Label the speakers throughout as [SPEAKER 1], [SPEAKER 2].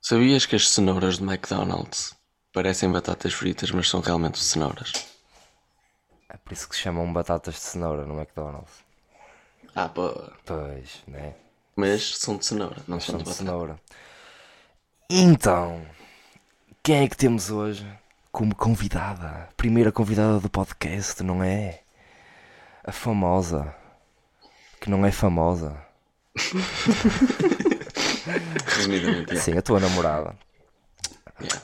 [SPEAKER 1] Sabias que as cenouras de McDonald's parecem batatas fritas, mas são realmente cenouras?
[SPEAKER 2] É por isso que se chamam batatas de cenoura no McDonald's.
[SPEAKER 1] Ah, pô.
[SPEAKER 2] Pois, né?
[SPEAKER 1] Mas são de cenoura, não são
[SPEAKER 2] São
[SPEAKER 1] de
[SPEAKER 2] de
[SPEAKER 1] batata.
[SPEAKER 2] cenoura. Então, quem é que temos hoje como convidada? Primeira convidada do podcast, não é? A famosa. Que não é famosa.
[SPEAKER 1] Resumidamente, é.
[SPEAKER 2] Sim, a tua namorada.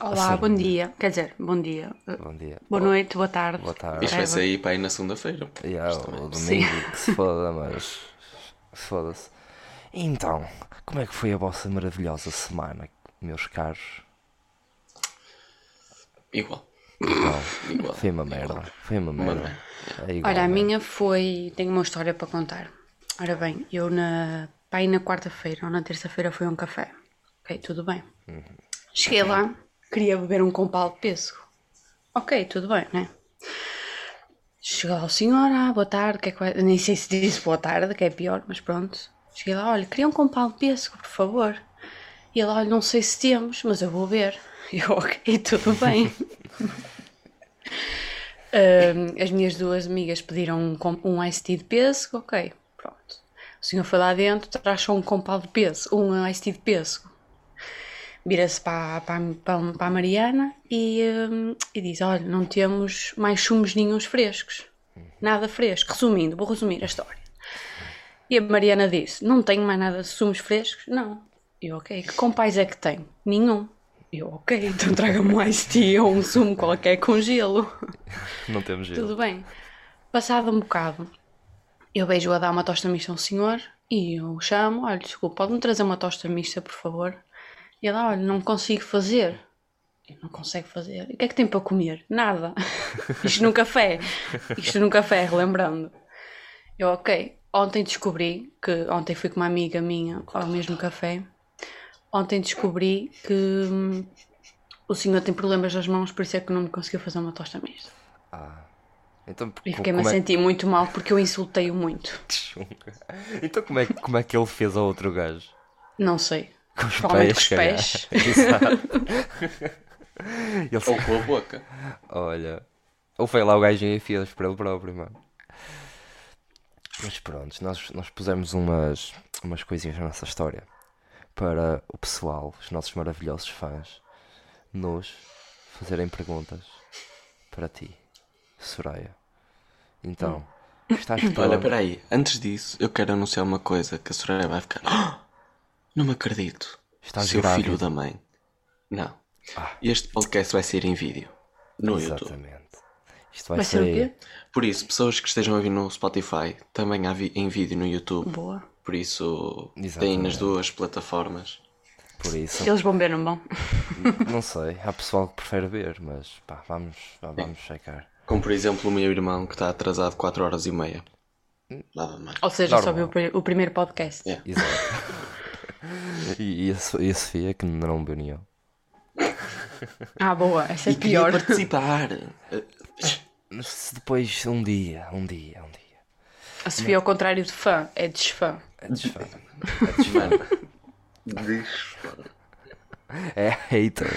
[SPEAKER 3] Olá, bom dia. Quer dizer, bom dia. Uh,
[SPEAKER 2] Assim. Bom dia.
[SPEAKER 3] Boa noite, boa tarde.
[SPEAKER 2] Boa tarde.
[SPEAKER 1] Isto
[SPEAKER 3] Whatever.
[SPEAKER 1] vai sair para aí na segunda-feira.
[SPEAKER 2] Yeah, o domingo que se foda, mas foda-se. Então, como é que foi a vossa maravilhosa semana, meus caros?
[SPEAKER 1] é Igual.
[SPEAKER 2] Não,
[SPEAKER 1] Igual.
[SPEAKER 2] foi uma merda. Foi uma merda.
[SPEAKER 1] merda.
[SPEAKER 2] É igual,
[SPEAKER 3] Olha, a
[SPEAKER 2] né?
[SPEAKER 3] minha foi. Tenho uma história para contar. Ora bem, eu na. Pai, na quarta-feira ou na terça-feira fui a um café. Ok, tudo bem.
[SPEAKER 2] Uhum.
[SPEAKER 3] Cheguei lá, queria beber um compal de pêssego. Ok, tudo bem, né? Chegou lá o senhor, ah, boa tarde, que é que vai... nem sei se disse boa tarde, que é pior, mas pronto. Cheguei lá, olha, queria um compal de pêssego, por favor. E ele, olha, não sei se temos, mas eu vou ver. Eu, ok, tudo bem. Ahm, as minhas duas amigas pediram um, com- um iced tea de pêssego, ok, pronto. O senhor foi lá dentro, traz só um compal de pêssego, um iced tea de pêssego. Vira-se para, para, a- para, a- para a Mariana e, ahm, e diz, olha, não temos mais sumos nenhuns frescos. Nada fresco. Resumindo, vou resumir a história. E a Mariana disse, não tenho mais nada de sumos frescos? Não. E eu, ok, que compais é que tem? Nenhum. E Eu, ok, então traga-me um iced tea ou um sumo qualquer com gelo.
[SPEAKER 2] Não temos jeito.
[SPEAKER 3] Tudo bem. Passado um bocado, eu vejo a dar uma tosta mista a um senhor e eu chamo, olha, desculpa, pode-me trazer uma tosta mista, por favor? E ele, olha, não consigo fazer. Eu não consigo fazer. E o que é que tem para comer? Nada. Isto num café. Isto num café, relembrando. Eu, ok. Ontem descobri que. Ontem fui com uma amiga minha ao mesmo café. Ontem descobri que hum, o senhor tem problemas nas mãos, por isso é que não me conseguiu fazer uma tosta mista.
[SPEAKER 2] Ah. Então,
[SPEAKER 3] E
[SPEAKER 2] co-
[SPEAKER 3] fiquei-me a
[SPEAKER 2] como é...
[SPEAKER 3] sentir muito mal porque eu insultei-o muito.
[SPEAKER 2] então como, é, que- como é que ele fez ao outro gajo?
[SPEAKER 3] Não sei.
[SPEAKER 2] Com os
[SPEAKER 3] Provavelmente
[SPEAKER 2] pés,
[SPEAKER 3] com os
[SPEAKER 2] é calhar.
[SPEAKER 3] pés.
[SPEAKER 2] Exato. ele
[SPEAKER 1] Ou com a boca.
[SPEAKER 2] Olha. Ou foi lá o gajinho e fez para ele próprio, mano. Mas pronto, nós, nós pusemos umas, umas coisinhas na nossa história para o pessoal, os nossos maravilhosos fãs, nos fazerem perguntas para ti, Soraya. Então,
[SPEAKER 3] Hum.
[SPEAKER 2] estás
[SPEAKER 1] Olha,
[SPEAKER 2] pronto?
[SPEAKER 1] peraí. Antes disso, eu quero anunciar uma coisa que a Soraya vai ficar. "Ah! Não me acredito.
[SPEAKER 2] Estás
[SPEAKER 1] Seu
[SPEAKER 2] grávida."
[SPEAKER 1] filho da mãe. Não.
[SPEAKER 2] Ah.
[SPEAKER 1] Este podcast vai ser em vídeo. No YouTube.
[SPEAKER 2] Exatamente. Isto vai,
[SPEAKER 3] Vai ser o quê?
[SPEAKER 1] Por isso, pessoas que estejam a ouvir no Spotify, também há vi- em vídeo no YouTube.
[SPEAKER 3] Boa.
[SPEAKER 1] Por isso, tem
[SPEAKER 2] Exatamente.
[SPEAKER 1] nas duas plataformas.
[SPEAKER 2] Por isso,
[SPEAKER 3] Eles vão ver, não vão?
[SPEAKER 2] não sei, há pessoal que prefere ver, mas pá, vamos, vá, vamos checar.
[SPEAKER 1] Como, por exemplo, o meu irmão que está atrasado 4 horas e meia. Nada mais.
[SPEAKER 3] Ou seja, só
[SPEAKER 2] Normal. É.
[SPEAKER 3] vi o, pri- o primeiro podcast.
[SPEAKER 1] Yeah.
[SPEAKER 2] Exato. e, e a, So- e a Sofia, que ainda não bebeu nenhum.
[SPEAKER 3] Ah, boa. Essa é
[SPEAKER 1] E queria
[SPEAKER 3] pior.
[SPEAKER 1] participar.
[SPEAKER 2] Mas se depois, um dia, um dia, um dia.
[SPEAKER 3] A Sofia, ao contrário de fã, é desfã.
[SPEAKER 2] É desfã.
[SPEAKER 1] Mano.
[SPEAKER 2] É hater.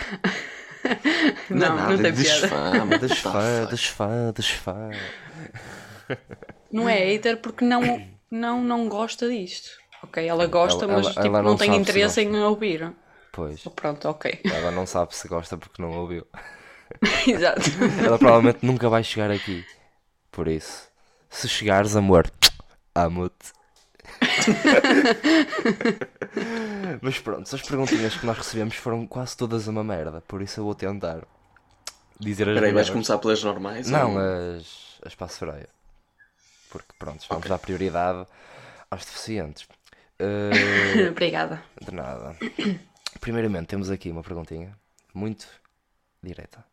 [SPEAKER 2] é
[SPEAKER 3] Não, não, tem piada.
[SPEAKER 1] Desfama,
[SPEAKER 2] Desfã, desfã, desfã.
[SPEAKER 3] Não é hater porque não, não, não gosta disto. Ok, ela gosta,
[SPEAKER 2] Ela-
[SPEAKER 3] mas
[SPEAKER 2] ela-
[SPEAKER 3] tipo,
[SPEAKER 2] ela
[SPEAKER 3] não,
[SPEAKER 2] não
[SPEAKER 3] tem
[SPEAKER 2] sabe se
[SPEAKER 3] interesse em ouvir.
[SPEAKER 2] Pois.
[SPEAKER 3] Pronto, ok.
[SPEAKER 2] Ela não sabe se gosta porque não ouviu.
[SPEAKER 3] Exato.
[SPEAKER 2] Ela provavelmente nunca vai chegar aqui. Por isso, se chegares, amor, amo-te. Mas pronto, as perguntinhas que nós recebemos foram quase todas uma merda. Por isso eu vou tentar dizer
[SPEAKER 1] Peraí,
[SPEAKER 2] as
[SPEAKER 1] vais
[SPEAKER 2] melhores.
[SPEAKER 1] começar pelas normais?
[SPEAKER 2] Não,
[SPEAKER 1] Ou-
[SPEAKER 2] as, as para a Soraya. Porque pronto, vamos dar prioridade aos deficientes. Eh,
[SPEAKER 3] Obrigada.
[SPEAKER 2] de nada. Primeiramente, temos aqui uma perguntinha muito direta.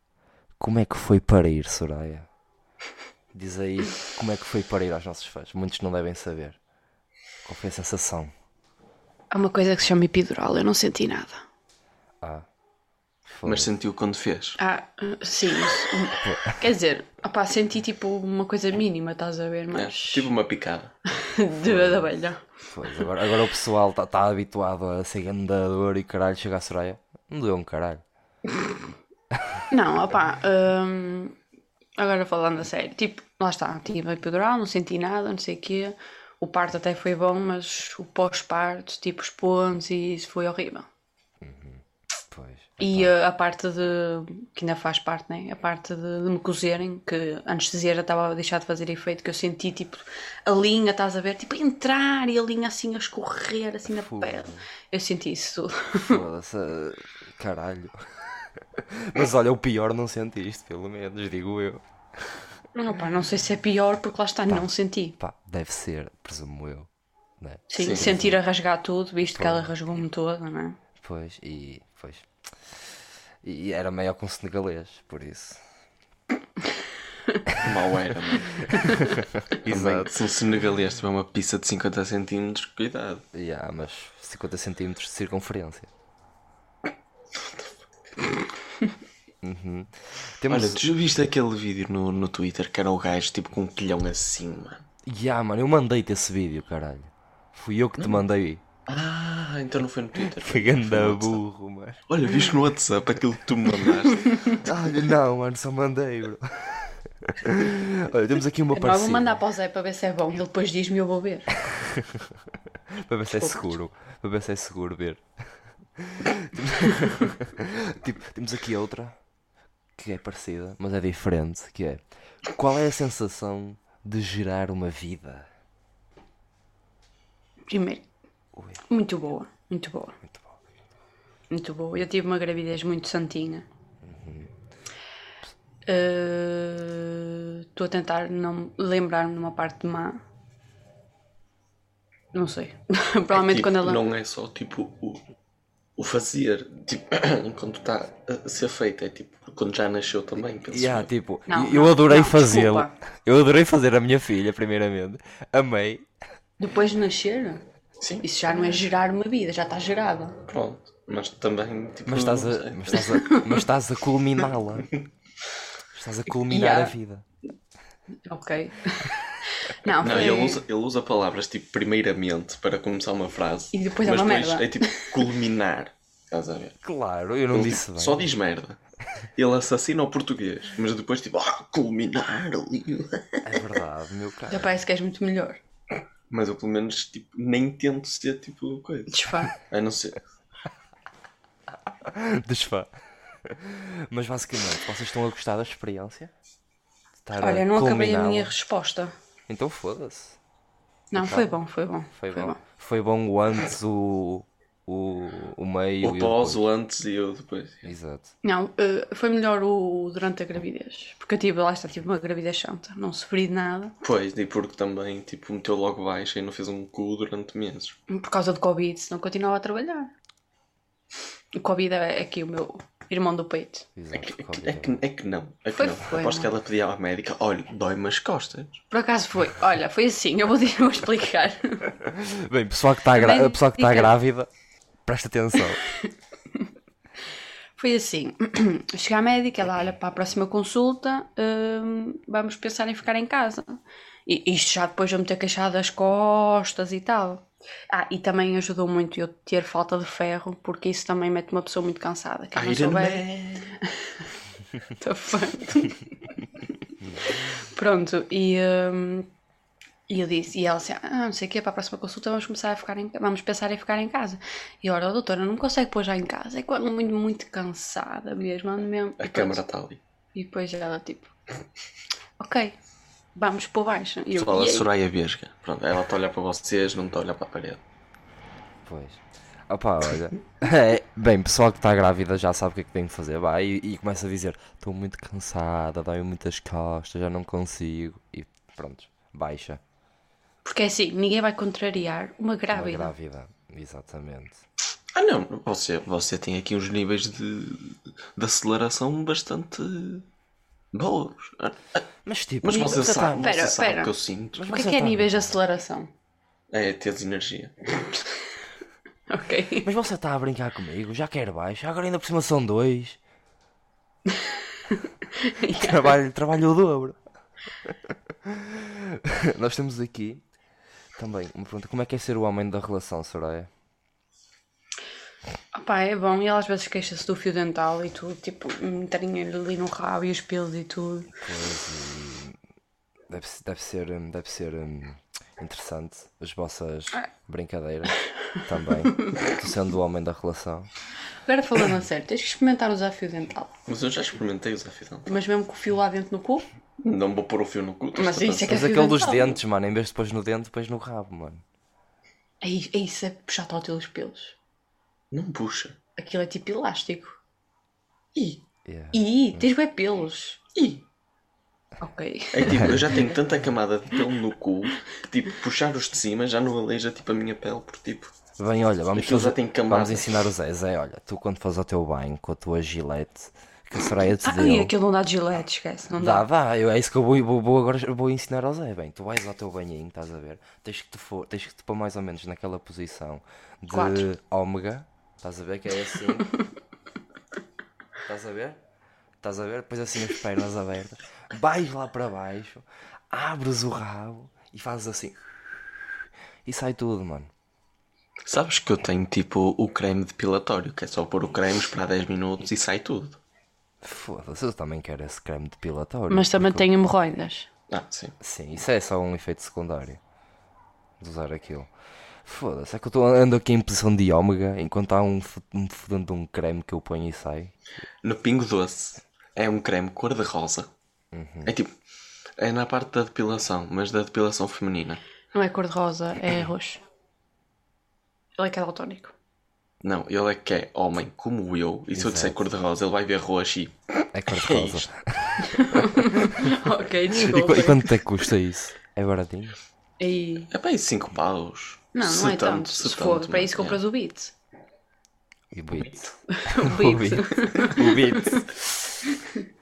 [SPEAKER 2] Como é que foi parir, Soraya? Diz aí como é que foi parir aos nossos fãs. Muitos não devem saber. Qual foi a sensação?
[SPEAKER 3] Há uma coisa que se chama epidural, eu não senti nada.
[SPEAKER 2] Foi-
[SPEAKER 1] Mas sentiu quando fez.
[SPEAKER 3] Ah, eh, sim, mas. Quer dizer, opá, senti tipo uma coisa mínima, estás a ver,
[SPEAKER 1] É,
[SPEAKER 3] mas.
[SPEAKER 1] tipo uma picada.
[SPEAKER 3] de, da abelha.
[SPEAKER 2] tá, Pois, agora, agora o pessoal está habituado a ser andador e caralho, chega a Soraya. Não doeu um caralho.
[SPEAKER 3] Não, opá, hum, agora falando a sério, tipo, lá está, tive epidural, não senti nada, não sei o quê. O parto até foi bom, mas o pós-parto, tipo, os pontos e isso foi horrível.
[SPEAKER 2] Pois.
[SPEAKER 3] E uh, a parte de, que ainda faz parte, né? A parte de, de me cozerem, que a anestesia já estava a deixar de fazer efeito, que eu senti, tipo, a linha, estás a ver, tipo, a entrar e a linha assim a escorrer, assim na
[SPEAKER 2] Fogo.
[SPEAKER 3] pele. Eu senti isso tudo.
[SPEAKER 2] Foda-se. Caralho. Mas olha, o pior não senti isto, pelo menos, digo eu.
[SPEAKER 3] Não, pá, não sei se é pior, porque lá está, não senti.
[SPEAKER 2] Hum. Pá, deve ser, presumo eu. Né?
[SPEAKER 3] Sim,
[SPEAKER 1] Sim.
[SPEAKER 3] sentir a rasgar tudo, visto que ela rasgou-me toda, não é?
[SPEAKER 2] Pois, e. Pois. E era maior que um senegalês, por isso.
[SPEAKER 1] Mal era, mano. é? Também, se um senegalês tiver uma pizza de 50 centímetros, cuidado.
[SPEAKER 2] E há mas 50 centímetros de circunferência. Uhum. Temos.
[SPEAKER 1] Olha, tu já viste aquele vídeo no, no Twitter que era o gajo tipo com um quilhão assim, mano?
[SPEAKER 2] Ya, mano, eu mandei-te esse vídeo, caralho. Fui eu que
[SPEAKER 3] Hum?
[SPEAKER 2] te mandei.
[SPEAKER 1] Ah, então não foi no Twitter.
[SPEAKER 2] Que ganda burro, mano.
[SPEAKER 1] Olha, viste no WhatsApp aquilo que tu me mandaste.
[SPEAKER 2] Olha, não, mano, só mandei, bro. Olha, temos aqui uma
[SPEAKER 3] Agora vou
[SPEAKER 2] parecida.
[SPEAKER 3] mandar para o Zé para ver se é bom. Ele depois diz-me e eu vou ver.
[SPEAKER 2] Para ver se é seguro. Para ver se é seguro ver. Tipo, temos aqui outra que é parecida, mas é diferente, que é qual é a sensação de gerar uma vida?
[SPEAKER 3] Primeiro,
[SPEAKER 2] Ui.
[SPEAKER 3] muito boa, muito boa,
[SPEAKER 2] Muito bom.
[SPEAKER 3] muito boa. Eu tive uma gravidez muito santinha. Eh, Estou a tentar não lembrar-me de uma parte má. Não sei. Provavelmente
[SPEAKER 1] Tipo,
[SPEAKER 3] quando ela.
[SPEAKER 1] Não é só tipo o, o fazer, tipo, enquanto está a ser feito, é tipo quando já nasceu também. Penso
[SPEAKER 2] Ya,
[SPEAKER 1] eu.
[SPEAKER 2] tipo,
[SPEAKER 3] Não,
[SPEAKER 2] eu
[SPEAKER 3] não,
[SPEAKER 2] adorei
[SPEAKER 3] não,
[SPEAKER 2] fazê-lo.
[SPEAKER 3] desculpa.
[SPEAKER 2] Eu adorei fazer a minha filha, primeiramente. Amei.
[SPEAKER 3] Depois de nascer,
[SPEAKER 1] Sim,
[SPEAKER 3] isso já não é gerar uma vida, já está gerada.
[SPEAKER 1] pronto. Mas também, tipo,
[SPEAKER 2] Mas estás
[SPEAKER 1] não
[SPEAKER 2] a,
[SPEAKER 1] sei.
[SPEAKER 2] mas estás a, mas estás a culminá-la. Estás a culminar
[SPEAKER 3] Ya.
[SPEAKER 2] a vida.
[SPEAKER 3] Ok. Não,
[SPEAKER 1] Não,
[SPEAKER 3] foi-
[SPEAKER 1] ele usa, ele usa palavras tipo primeiramente para começar uma frase.
[SPEAKER 3] E depois é
[SPEAKER 1] mas
[SPEAKER 3] uma
[SPEAKER 1] depois
[SPEAKER 3] merda.
[SPEAKER 1] é tipo culminar. Estás a ver?
[SPEAKER 2] Claro, eu não
[SPEAKER 1] Ele,
[SPEAKER 2] disse
[SPEAKER 1] tipo,
[SPEAKER 2] bem.
[SPEAKER 1] só diz merda. Ele assassina o português, mas depois tipo, ah, culminar ali.
[SPEAKER 2] É verdade, meu
[SPEAKER 3] Já
[SPEAKER 2] caro.
[SPEAKER 3] parece que és muito melhor.
[SPEAKER 1] Mas eu pelo menos tipo, nem tento ser tipo coisa.
[SPEAKER 3] Desfá.
[SPEAKER 1] A não ser.
[SPEAKER 2] Desfá. Mas basicamente, vocês estão a gostar da experiência? Estar a
[SPEAKER 3] Olha, não acabei a
[SPEAKER 2] culminá-la?
[SPEAKER 3] minha resposta.
[SPEAKER 2] Então foda-se.
[SPEAKER 3] Não, foi bom, foi bom.
[SPEAKER 2] Foi bom. Foi bom o antes, o, o, o meio
[SPEAKER 1] O
[SPEAKER 2] e
[SPEAKER 1] pós,
[SPEAKER 2] o.
[SPEAKER 1] o antes e eu depois.
[SPEAKER 2] depois. Exato.
[SPEAKER 3] Não, eh, foi melhor o o durante a gravidez. Porque eu tive, lá está, tive uma gravidez santa. Não sofri de nada.
[SPEAKER 1] Pois, e porque também tipo, meteu logo baixo e não fez um cu durante meses.
[SPEAKER 3] Por causa do Covid, senão continuava a trabalhar. O Covid é aqui o meu irmão do peito.
[SPEAKER 1] É
[SPEAKER 2] Exato.
[SPEAKER 1] que, é que-
[SPEAKER 2] Covid.
[SPEAKER 1] é que, é que não, é que
[SPEAKER 3] Foi,
[SPEAKER 1] não.
[SPEAKER 3] foi,
[SPEAKER 1] Aposto que
[SPEAKER 3] mano.
[SPEAKER 1] ela pedia à médica: olha, dói-me as costas.
[SPEAKER 3] Por acaso foi. Olha, foi assim. Eu vou, dizer- vou explicar.
[SPEAKER 2] Bem, pessoal que está gra...
[SPEAKER 3] Também
[SPEAKER 2] pessoal que tá
[SPEAKER 3] fica-
[SPEAKER 2] grávida, presta atenção.
[SPEAKER 3] Foi assim. Chega à médica, ela olha para a próxima consulta. hum, vamos pensar em ficar em casa. E isto já depois de eu me ter queixado das costas e tal. Ah, e também ajudou muito eu ter falta de ferro, porque isso também mete uma pessoa muito cansada. Quem não
[SPEAKER 1] Iron
[SPEAKER 3] souber,
[SPEAKER 1] Man.
[SPEAKER 3] Tapando. Pronto, e, hum, e eu disse, e ela disse, ah, não sei o quê, para a próxima consulta vamos começar a ficar em vamos pensar em ficar em casa. E eu, ora, doutora, não me consegue pôr já em casa, é quando muito, muito cansada mesmo, ando mesmo.
[SPEAKER 1] A
[SPEAKER 3] E pronto.
[SPEAKER 1] câmara está ali.
[SPEAKER 3] E depois ela tipo, ok, vamos por baixo. E eu,
[SPEAKER 1] Pessoal, a
[SPEAKER 3] "E aí?"
[SPEAKER 1] Soraya Vesga. Pronto, ela está a olhar para vocês, não está a olhar para a parede.
[SPEAKER 2] Pois. Opa, olha. É, bem, pessoal que está grávida já sabe o que é que tem que fazer. Vai e, e começa a dizer: Estou muito cansada, dói muitas costas, já não consigo. E pronto, baixa.
[SPEAKER 3] porque é assim, ninguém vai contrariar uma
[SPEAKER 2] Uma
[SPEAKER 3] grávida.
[SPEAKER 2] grávida. Exatamente.
[SPEAKER 1] Ah não, você, você tem aqui uns níveis de, de aceleração bastante bons. Ah, ah,
[SPEAKER 2] Mas tipo,
[SPEAKER 1] Mas você
[SPEAKER 2] tá-
[SPEAKER 1] sabe,
[SPEAKER 3] Pera,
[SPEAKER 1] você sabe
[SPEAKER 3] pera.
[SPEAKER 1] o que eu sinto.
[SPEAKER 3] O que é
[SPEAKER 2] Você
[SPEAKER 3] que é
[SPEAKER 2] tá-
[SPEAKER 3] níveis de aceleração?
[SPEAKER 1] É teres energia.
[SPEAKER 3] Ok.
[SPEAKER 2] mas você está a brincar comigo, já quero baixa, agora ainda por cima são dois. trabalho, trabalho o dobro. Nós temos aqui também uma pergunta: como é que é ser o homem da relação, Soraya?
[SPEAKER 3] Pá, é bom. E ela às vezes queixa-se do fio dental e tudo. Tipo, um tarinho ali no rabo e os pelos e tudo.
[SPEAKER 2] Pois, e deve, se- deve ser, hum, deve ser hum, interessante as vossas
[SPEAKER 3] Ah.
[SPEAKER 2] brincadeiras também. tu sendo o homem da relação.
[SPEAKER 3] Agora falando a sério, tens que experimentar usar fio dental.
[SPEAKER 1] Mas eu já experimentei usar fio dental.
[SPEAKER 3] Mas mesmo com o fio lá dentro no cu.
[SPEAKER 1] Não vou pôr o fio no cu. estás
[SPEAKER 3] Mas isso
[SPEAKER 1] tratado.
[SPEAKER 3] é que é
[SPEAKER 2] Mas
[SPEAKER 3] fio
[SPEAKER 2] aquele dos
[SPEAKER 3] dental.
[SPEAKER 2] dentes, mano, em vez de depois no dente, depois no rabo, mano.
[SPEAKER 3] É isso- é isso, é puxar ao teus pelos.
[SPEAKER 1] Não puxa.
[SPEAKER 3] Aquilo é tipo elástico.
[SPEAKER 1] Ih,
[SPEAKER 2] Yeah.
[SPEAKER 3] Ih, tens bué pelos.
[SPEAKER 1] ih.
[SPEAKER 3] Ok.
[SPEAKER 1] É que, tipo, eu já tenho tanta camada de pelo no cu que tipo, puxar os de cima já não aleija tipo a minha pele, porque tipo.
[SPEAKER 2] Bem, olha, vamos,
[SPEAKER 1] Aquilo já
[SPEAKER 2] fazer-
[SPEAKER 1] tem camadas.
[SPEAKER 2] vamos ensinar o Zé. Zé, olha, tu quando fores ao teu banho com a tua gilete, que a Soraya te
[SPEAKER 3] Ah,
[SPEAKER 2] deu.
[SPEAKER 3] e aquele não dá de gilete, esquece. Não
[SPEAKER 2] Dá,
[SPEAKER 3] dá.
[SPEAKER 2] dá, eu, é isso que eu vou, vou, vou agora vou ensinar ao Zé. Bem, tu vais ao teu banhinho, estás a ver? Tens que te, for, tens que te pôr mais ou menos naquela posição de
[SPEAKER 3] Quatro.
[SPEAKER 2] ômega, estás a ver? Que é assim. estás a ver? Estás a ver? Depois assim as pernas abertas, vais lá para baixo, abres o rabo e fazes assim. E sai tudo, mano.
[SPEAKER 1] Sabes que eu tenho tipo o creme depilatório, que é só pôr o creme, esperar 10 minutos e sai tudo.
[SPEAKER 2] Foda-se, eu também quero esse creme depilatório.
[SPEAKER 3] Mas também tem hemorroidas.
[SPEAKER 1] Ah, sim.
[SPEAKER 2] Sim, isso é só um efeito secundário de usar aquilo. Foda-se, é que eu tô, ando aqui em posição de ômega enquanto há um, fu- um fudendo de um creme que eu ponho e sai.
[SPEAKER 1] No Pingo Doce é um creme cor-de-rosa. É tipo. É na parte da depilação, mas da depilação feminina.
[SPEAKER 3] Não é cor de rosa, é roxo. Ele é catatónico.
[SPEAKER 1] Não, ele é que é homem como eu, e se eu disser cor-de-rosa, ele vai ver roxo e.
[SPEAKER 2] É cor-de-rosa.
[SPEAKER 3] ok,
[SPEAKER 2] e,
[SPEAKER 3] desculpa.
[SPEAKER 2] qu- e quanto é que custa isso? É baratinho?
[SPEAKER 3] E...
[SPEAKER 1] É bem 5 paus.
[SPEAKER 3] Não,
[SPEAKER 1] Se
[SPEAKER 3] não é tanto. é. Se for, para
[SPEAKER 1] mano,
[SPEAKER 3] isso compras o beat.
[SPEAKER 2] E o beat?
[SPEAKER 3] O
[SPEAKER 2] O
[SPEAKER 3] beat.
[SPEAKER 2] O beat.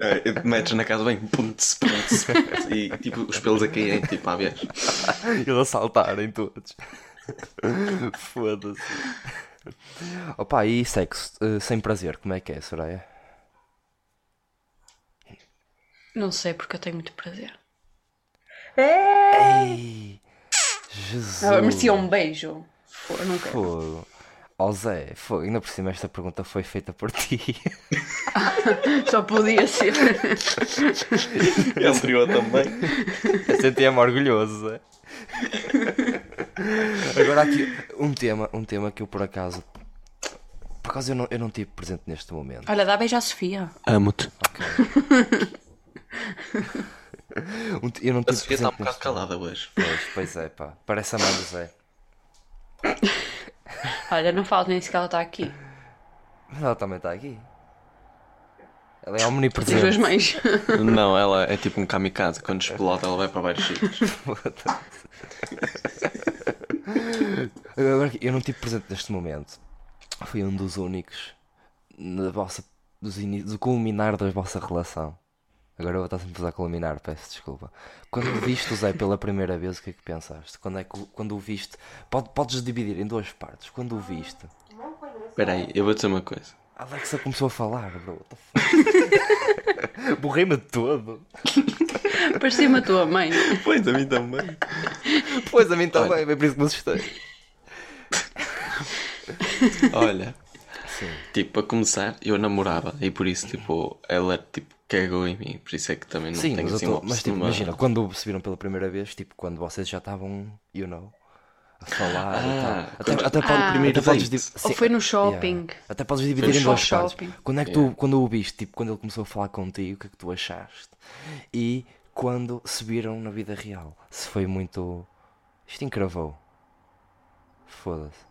[SPEAKER 1] é. É, Metes na casa bem, pum-ts, pum-ts, pum-ts, e tipo, os pelos a caírem, tipo, a ver.
[SPEAKER 2] Eles a saltarem todos. Foda-se. Opa, e sexo? eh, sem prazer, como é que é, Soraya?
[SPEAKER 3] Não sei porque eu tenho muito prazer.
[SPEAKER 2] Ei! Jesus!
[SPEAKER 3] Ah, merecia um beijo. Pô, eu não quero.
[SPEAKER 2] Fogo. Ó Zé, fogo. ainda por cima esta pergunta foi feita por ti.
[SPEAKER 3] Só podia ser.
[SPEAKER 1] Ele criou também.
[SPEAKER 2] Eu sentia-me é orgulhoso, Zé. Agora aqui, um tema, um tema que eu por acaso. Por acaso eu não, eu não tive presente neste momento.
[SPEAKER 1] Ah,
[SPEAKER 3] Olha, dá beijo à Sofia.
[SPEAKER 1] Amo-te.
[SPEAKER 2] Um te- eu não
[SPEAKER 1] A
[SPEAKER 2] tive
[SPEAKER 1] Sofia está um
[SPEAKER 2] presente
[SPEAKER 1] bocado
[SPEAKER 2] neste
[SPEAKER 1] calada hoje.
[SPEAKER 2] Pois, pois é, pá. Parece a mãe do Zé.
[SPEAKER 3] Olha, não falo nem se que ela está aqui.
[SPEAKER 2] Mas ela também está aqui. Ela é
[SPEAKER 3] Tem duas
[SPEAKER 2] omnipresente.
[SPEAKER 3] mães.
[SPEAKER 1] Não, ela é tipo um kamikaze. Quando explode, ela vai para vários sítios.
[SPEAKER 2] Agora aqui, eu não tive presente neste momento. Fui um dos únicos na vossa, dos ini- do culminar da vossa relação. Agora eu vou estar sempre a usar culminar, peço desculpa. Quando viste o Zé pela primeira vez, o que é que pensaste? Quando, é que, o- quando o viste. Pode, podes dividir em duas partes. Quando o viste.
[SPEAKER 1] Espera aí, eu vou dizer uma coisa.
[SPEAKER 2] A Alexa começou a falar, bro. What the fuck? Borrei-me todo.
[SPEAKER 3] Parecia-me a tua mãe.
[SPEAKER 1] Pois, a mim também.
[SPEAKER 2] Pois a mim também, é por isso que me assustei.
[SPEAKER 1] Olha, tipo, para começar, eu namorava e por isso, tipo, ela, tipo, cagou em mim. Por isso é que também não
[SPEAKER 2] Sim,
[SPEAKER 1] tenho
[SPEAKER 2] mas, eu
[SPEAKER 1] assim
[SPEAKER 2] tô-
[SPEAKER 1] uma,
[SPEAKER 2] mas, tipo,
[SPEAKER 1] uma-
[SPEAKER 2] imagina, quando o se viram pela primeira vez, tipo, quando vocês já estavam, you know, a falar
[SPEAKER 1] Ah,
[SPEAKER 2] e tal.
[SPEAKER 1] quando-
[SPEAKER 2] Até, até, pode-
[SPEAKER 1] Ah. primeiro
[SPEAKER 2] até podes
[SPEAKER 1] date.
[SPEAKER 2] di-
[SPEAKER 3] Ou
[SPEAKER 2] sim,
[SPEAKER 3] foi no
[SPEAKER 2] yeah.
[SPEAKER 3] shopping.
[SPEAKER 2] Até podes dividir
[SPEAKER 3] Foi
[SPEAKER 2] em
[SPEAKER 3] só
[SPEAKER 2] duas partes.
[SPEAKER 3] shopping.
[SPEAKER 2] Quando é que tu, quando o viste, tipo, quando ele começou a falar contigo, o que é que tu achaste? E quando se viram na vida real, se foi muito... Isto encravou. Foda-se.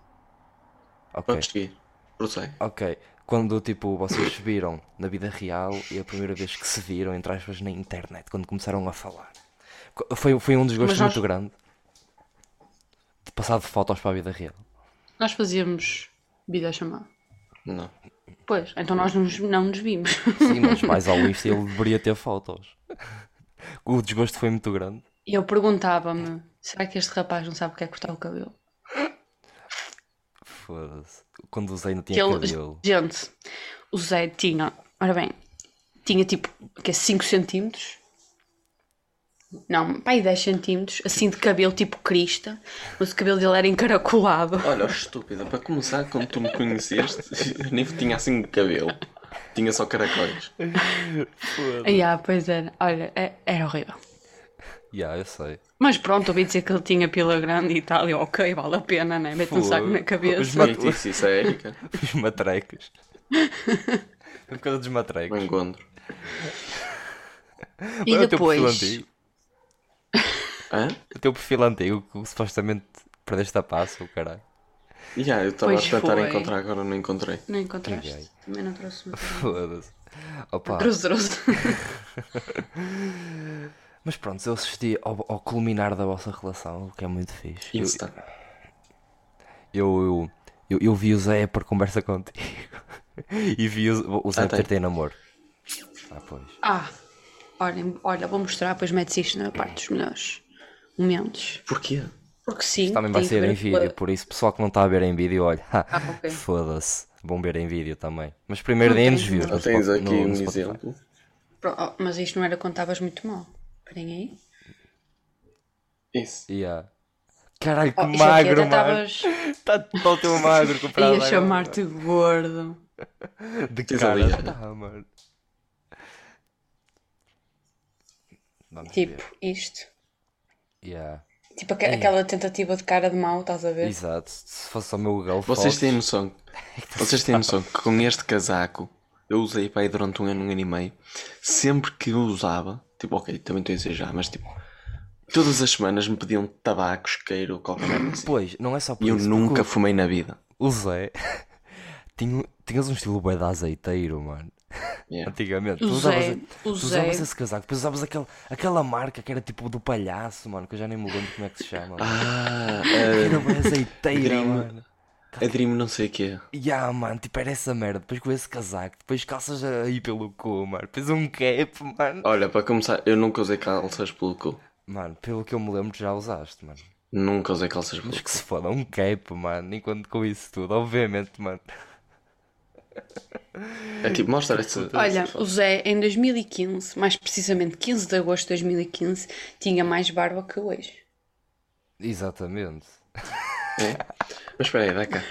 [SPEAKER 2] Ok.
[SPEAKER 1] Podes seguir. Prossegue.
[SPEAKER 2] Ok, quando tipo vocês se viram na vida real e a primeira vez que se viram, entre aspas, na internet, quando começaram a falar, Co- foi, foi um desgosto
[SPEAKER 3] Mas nós-
[SPEAKER 2] muito grande de passar de fotos para a vida real.
[SPEAKER 3] Nós fazíamos videochamada.
[SPEAKER 1] Não.
[SPEAKER 3] Pois, então nós nos- não nos vimos.
[SPEAKER 2] Sim, mas mais ao Insta ele deveria ter fotos. O desgosto foi muito grande.
[SPEAKER 3] E eu perguntava-me: será que este rapaz não sabe o que é cortar o cabelo?
[SPEAKER 2] Foda-se. Quando o Zé ainda
[SPEAKER 3] Que
[SPEAKER 2] tinha
[SPEAKER 3] ele,
[SPEAKER 2] cabelo.
[SPEAKER 3] gente, o Zé tinha, ora bem, tinha tipo que é 5 centímetros Não, pai, 10 centímetros, assim de cabelo tipo crista, mas o cabelo dele era encaracolado.
[SPEAKER 1] Olha, ó, estúpida, para começar, quando tu me conheceste, eu nem tinha assim cabelo. Tinha só caracóis.
[SPEAKER 3] Aí, ah, pois era, olha, é- era horrível.
[SPEAKER 2] Ya, eu sei.
[SPEAKER 3] Mas pronto, ouvi dizer que ele tinha pila grande e tal, e eu, ok, vale a pena, né? Mete um saco na
[SPEAKER 2] Fogo.
[SPEAKER 3] cabeça.
[SPEAKER 2] Mas-
[SPEAKER 1] Quem te disse isso é a Érica?
[SPEAKER 2] Os matrecos. É por causa dos matrecos.
[SPEAKER 1] Bem gondro.
[SPEAKER 3] E
[SPEAKER 2] Olha o teu um perfil
[SPEAKER 3] depois,
[SPEAKER 2] antigo.
[SPEAKER 1] Hã?
[SPEAKER 2] O teu perfil antigo que supostamente perdeste a passa, o caralho.
[SPEAKER 1] Já, eu estava a
[SPEAKER 3] Pois
[SPEAKER 1] tentar
[SPEAKER 3] foi.
[SPEAKER 1] encontrar, agora não encontrei.
[SPEAKER 3] não
[SPEAKER 2] Ai,
[SPEAKER 3] encontraste? Também não trouxe muito.
[SPEAKER 2] Foda-se. Opa.
[SPEAKER 3] Trouxe, trouxe.
[SPEAKER 2] Mas pronto, eu assisti ao, ao culminar da vossa relação, o que é muito fixe. Eu,
[SPEAKER 1] Insta.
[SPEAKER 2] eu, eu, eu vi o Zé para conversa contigo. e vi o, o Zé
[SPEAKER 1] Ah, tem.
[SPEAKER 2] ter ter namoro. Ah, pois.
[SPEAKER 3] Ah, olhem, olha, vou mostrar, depois metes isto na parte dos melhores momentos.
[SPEAKER 1] Porquê?
[SPEAKER 3] Porque sim,
[SPEAKER 2] Também vai
[SPEAKER 3] tem que
[SPEAKER 2] ser
[SPEAKER 3] ver
[SPEAKER 2] em
[SPEAKER 3] com a-
[SPEAKER 2] vídeo, por isso, pessoal que não está a ver em vídeo, olha.
[SPEAKER 3] ok.
[SPEAKER 2] Foda-se. Vão ver em vídeo também. Mas primeiro
[SPEAKER 3] Não
[SPEAKER 2] deem nos
[SPEAKER 3] tens
[SPEAKER 2] views.
[SPEAKER 3] nada.
[SPEAKER 2] no
[SPEAKER 1] Ou tens
[SPEAKER 2] Spot-
[SPEAKER 1] aqui
[SPEAKER 2] no-
[SPEAKER 1] um
[SPEAKER 2] no Spotify.
[SPEAKER 1] exemplo?
[SPEAKER 3] Pro- oh, Mas isto não era quando estavas muito mal. Esperem aí.
[SPEAKER 1] Isso.
[SPEAKER 2] Yeah. Caralho, que
[SPEAKER 3] Oh, isso aqui
[SPEAKER 2] magro,
[SPEAKER 3] até
[SPEAKER 2] mano.
[SPEAKER 3] estavas
[SPEAKER 2] Está tão teu magro comprado.
[SPEAKER 3] a chamar-te gordo.
[SPEAKER 2] De
[SPEAKER 1] Tens
[SPEAKER 2] cara.
[SPEAKER 1] ali, olha.
[SPEAKER 2] Tá, mano. Vamos
[SPEAKER 3] Tipo,
[SPEAKER 2] ver.
[SPEAKER 3] isto.
[SPEAKER 2] Yeah.
[SPEAKER 3] Tipo aque- aquela tentativa de cara de mau, estás a ver?
[SPEAKER 2] Exato. Se fosse o meu galo
[SPEAKER 1] Vocês
[SPEAKER 2] fosse-
[SPEAKER 1] têm noção? Vocês têm noção que com este casaco eu usei para aí durante um ano, um ano e meio, sempre que eu usava, tipo, ok, também estou a exagerar, mas tipo, todas as semanas me pediam tabacos, queiro, qualquer merda assim.
[SPEAKER 2] Pois, não é só por
[SPEAKER 1] E eu
[SPEAKER 2] isso,
[SPEAKER 1] nunca
[SPEAKER 2] porque
[SPEAKER 1] fumei na vida.
[SPEAKER 2] o o Zé tinha, tinhas um estilo bué de azeiteiro, mano.
[SPEAKER 1] Yeah.
[SPEAKER 2] Antigamente.
[SPEAKER 3] O
[SPEAKER 2] Tu
[SPEAKER 3] Zé,
[SPEAKER 2] usavas,
[SPEAKER 3] o
[SPEAKER 2] tu usavas
[SPEAKER 3] Zé.
[SPEAKER 2] esse casaco, depois usavas aquela, aquela marca que era tipo do palhaço, mano, que eu já nem me lembro como é que se chama. mano.
[SPEAKER 1] Ah,
[SPEAKER 2] Era bué azeiteira,
[SPEAKER 1] Dream.
[SPEAKER 2] mano.
[SPEAKER 1] a, a Dream não sei o quê.
[SPEAKER 2] Ya, mano, tipo, era essa merda. Depois com esse casaco, depois calças aí pelo cu, mano. Depois um cap, mano.
[SPEAKER 1] Olha, para começar, eu nunca usei calças pelo cu.
[SPEAKER 2] Mano, pelo que eu me lembro, já usaste, mano.
[SPEAKER 1] Nunca usei calças pelo
[SPEAKER 2] Mas
[SPEAKER 1] cu.
[SPEAKER 2] que se foda, um cap, mano. Enquanto com isso tudo, obviamente, mano.
[SPEAKER 1] É tipo, mostra essa.
[SPEAKER 3] Olha, o Zé em 2015, mais precisamente 15 de agosto de 2015, tinha mais barba que hoje.
[SPEAKER 2] Exatamente.
[SPEAKER 1] É? Mas espera aí, dá cá.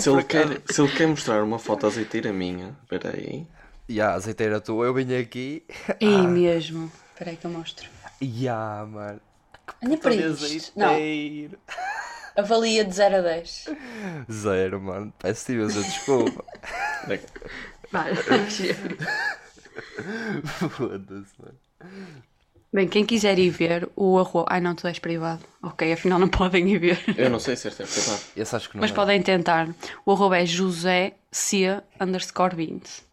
[SPEAKER 1] Se ele, quer, se ele quer mostrar uma foto azeiteira minha, espera aí.
[SPEAKER 2] Ya, azeiteira tua, eu vim aqui.
[SPEAKER 3] É mesmo. Espera aí que eu mostro.
[SPEAKER 2] Ya, mano.
[SPEAKER 3] Olha para
[SPEAKER 2] é-
[SPEAKER 3] isto. Não,
[SPEAKER 2] azeiteiro.
[SPEAKER 3] avalia de 0 a 10.
[SPEAKER 2] Zero, mano. Peço imensa desculpa.
[SPEAKER 1] Dá cá.
[SPEAKER 3] Vai.
[SPEAKER 2] Foda-se, mano.
[SPEAKER 3] Bem, quem quiser ir ver o arroba. Ai não, tu és privado. Ok, afinal não podem ir ver.
[SPEAKER 1] Eu não sei se este é privado.
[SPEAKER 2] Esse acho que não
[SPEAKER 3] Mas
[SPEAKER 2] é.
[SPEAKER 3] podem tentar. O arroba é José C underscore 20.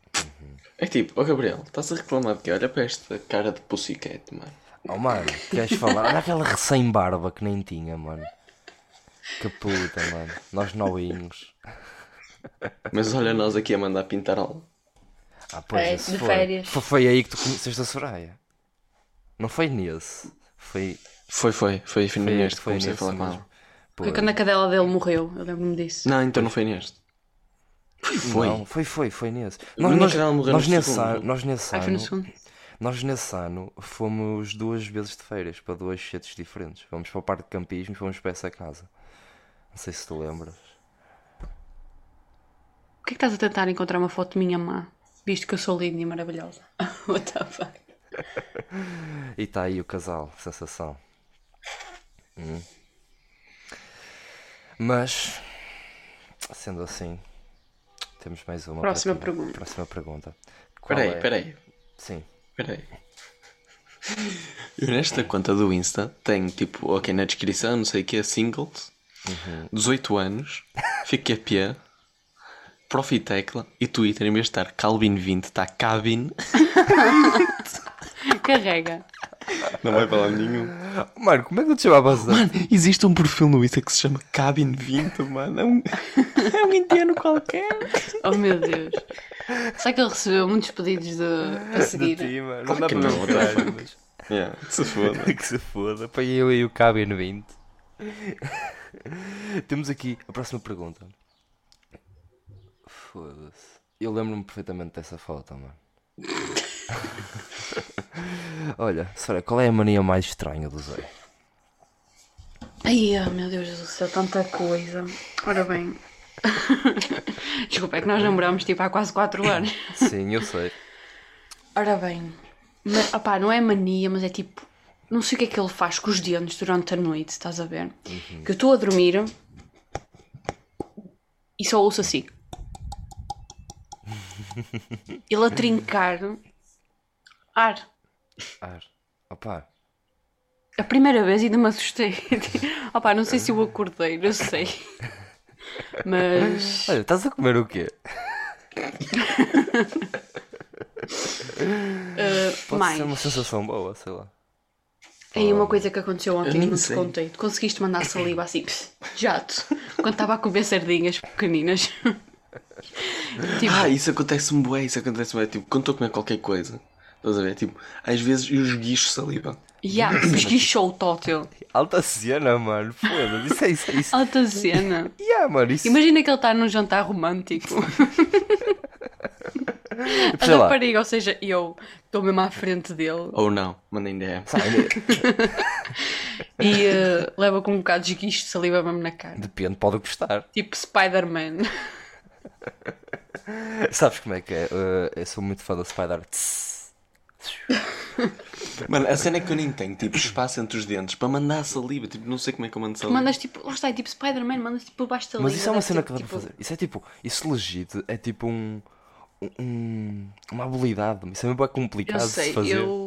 [SPEAKER 1] É tipo, ó Gabriel, estás a reclamar de quê? Olha para esta cara de pussycat, mano.
[SPEAKER 2] Oh, mano, queres falar? Olha aquela recém-barba que nem tinha, mano. Que puta, mano. Nós novinhos.
[SPEAKER 1] Mas olha nós aqui a mandar pintar algo.
[SPEAKER 2] Ah, pois,
[SPEAKER 3] É,
[SPEAKER 2] esse
[SPEAKER 3] de
[SPEAKER 2] foi.
[SPEAKER 3] férias.
[SPEAKER 2] Foi, foi aí que tu conheceste a Soraya. Não foi nesse. Foi,
[SPEAKER 1] Foi, foi, foi, foi
[SPEAKER 2] foi,
[SPEAKER 1] neste que
[SPEAKER 2] foi
[SPEAKER 1] comecei a
[SPEAKER 2] nesse
[SPEAKER 1] falar com
[SPEAKER 2] mesmo.
[SPEAKER 1] ela.
[SPEAKER 3] Foi
[SPEAKER 2] Pois.
[SPEAKER 3] quando a cadela dele morreu, eu lembro-me disso.
[SPEAKER 1] Não, então não foi neste. Foi, foi.
[SPEAKER 2] Não, foi, foi, foi nesse.
[SPEAKER 1] Eu
[SPEAKER 2] Nós,
[SPEAKER 1] nem
[SPEAKER 2] nós,
[SPEAKER 1] quero ela morrer
[SPEAKER 2] nós,
[SPEAKER 1] no
[SPEAKER 2] nesse
[SPEAKER 1] segundo. é?
[SPEAKER 2] ano, nós nesse
[SPEAKER 1] Ah,
[SPEAKER 3] Ai, foi no
[SPEAKER 2] ano,
[SPEAKER 3] segundo.
[SPEAKER 2] nós nesse ano fomos duas vezes de férias para duas setes diferentes. Fomos para o parque de campismo e fomos para essa casa. Não sei se tu lembras.
[SPEAKER 3] Por que é que estás a tentar encontrar uma foto minha má? Visto que eu sou linda e maravilhosa. What the fuck?
[SPEAKER 2] E está aí o casal, sensação. Hum. Mas, sendo assim, temos mais uma. para
[SPEAKER 3] Próxima
[SPEAKER 2] ti.
[SPEAKER 3] pergunta.
[SPEAKER 2] Próxima pergunta. Qual
[SPEAKER 1] Peraí,
[SPEAKER 2] é?
[SPEAKER 1] peraí,
[SPEAKER 2] Sim.
[SPEAKER 1] peraí. Eu nesta conta do Insta tenho tipo, ok, na descrição, não sei o que, singles, Uhum. 18 anos, fiquei pé, profi tecla e Twitter, em vez de estar Calvin20, está Cabin,
[SPEAKER 3] Carrega.
[SPEAKER 1] não vai para lá nenhum.
[SPEAKER 2] Mano, como é que tu te chamavas? antes?
[SPEAKER 1] Mano, existe um perfil no Insta que se chama Cabin 20, mano. É um, é um indiano qualquer.
[SPEAKER 3] Oh meu Deus. Será que ele recebeu muitos pedidos de... a
[SPEAKER 2] de
[SPEAKER 3] seguir?
[SPEAKER 2] ti, mano.
[SPEAKER 1] Claro
[SPEAKER 2] não dá
[SPEAKER 1] que
[SPEAKER 2] para
[SPEAKER 1] não,
[SPEAKER 2] mostrar,
[SPEAKER 1] caralho.
[SPEAKER 2] mas-
[SPEAKER 1] Yeah, se foda.
[SPEAKER 2] que se foda. Põe eu e o Cabe no 20. Temos aqui a próxima pergunta. Foda-se. Eu lembro-me perfeitamente dessa foto, mano. Olha, Sora, qual é a mania mais estranha do Zé?
[SPEAKER 3] Ai, ah, meu Deus do céu, tanta coisa. Ora bem. Desculpa, é que nós namoramos tipo há quase 4 anos.
[SPEAKER 2] Sim, eu sei.
[SPEAKER 3] Ora bem. Mas, opá, não é mania, mas é tipo. Não sei o que é que ele faz com os dentes durante a noite, estás a ver?
[SPEAKER 2] Uhum.
[SPEAKER 3] Que eu estou a dormir e só ouço assim. Ele a trincar ar.
[SPEAKER 2] Ar. Opa,
[SPEAKER 3] A primeira vez ainda me assustei. Opá, não sei se eu acordei, não sei. Mas.
[SPEAKER 2] olha, estás a comer o quê?
[SPEAKER 3] eh,
[SPEAKER 2] Pode
[SPEAKER 3] mais.
[SPEAKER 2] ser uma sensação boa, sei lá.
[SPEAKER 3] Aí
[SPEAKER 2] Ah.
[SPEAKER 3] uma coisa que aconteceu ontem
[SPEAKER 1] nem
[SPEAKER 3] que não te
[SPEAKER 1] sei.
[SPEAKER 3] contei. Tu conseguiste mandar saliva assim, pss, jato. Quando estava a comer sardinhas pequeninas. tipo,
[SPEAKER 1] Ah, isso acontece-me bué, isso acontece-me bué. Tipo, quando estou a comer qualquer coisa, estás a ver? Tipo, às vezes eu esguicho saliva.
[SPEAKER 3] já, esguichou o tótil.
[SPEAKER 2] Alta cena, mano. Foda-se. Isso é isso. É isso.
[SPEAKER 3] Alta cena.
[SPEAKER 2] Yeah, mano, isso.
[SPEAKER 3] Imagina que ele está num jantar romântico. A
[SPEAKER 2] Sei lá.
[SPEAKER 3] rapariga, ou seja, eu estou mesmo à frente dele
[SPEAKER 1] Ou não, mandem DM.
[SPEAKER 2] Sabe,
[SPEAKER 3] e eh, leva com um bocado de esguicho de saliva mesmo na cara.
[SPEAKER 2] depende, pode gostar.
[SPEAKER 3] Tipo Spider-Man.
[SPEAKER 2] Sabes como é que é? Uh, eu sou muito fã do Spider. Tss.
[SPEAKER 1] Mano, a cena é que eu nem tenho, tipo, espaço entre os dentes para mandar saliva. Tipo, não sei como é que eu mando saliva.
[SPEAKER 3] Mandas tipo, lá está, é tipo Spider-Man, mandas tipo por baixo da
[SPEAKER 2] Mas
[SPEAKER 3] língua,
[SPEAKER 2] isso é uma
[SPEAKER 3] deve
[SPEAKER 2] cena
[SPEAKER 3] ser,
[SPEAKER 2] que dá para
[SPEAKER 3] tipo,
[SPEAKER 2] fazer. Isso é tipo, isso legito é tipo um. um- uma habilidade. Isso é mesmo bué
[SPEAKER 3] Eu
[SPEAKER 2] complicado de se
[SPEAKER 3] sei,
[SPEAKER 2] fazer.
[SPEAKER 3] eu,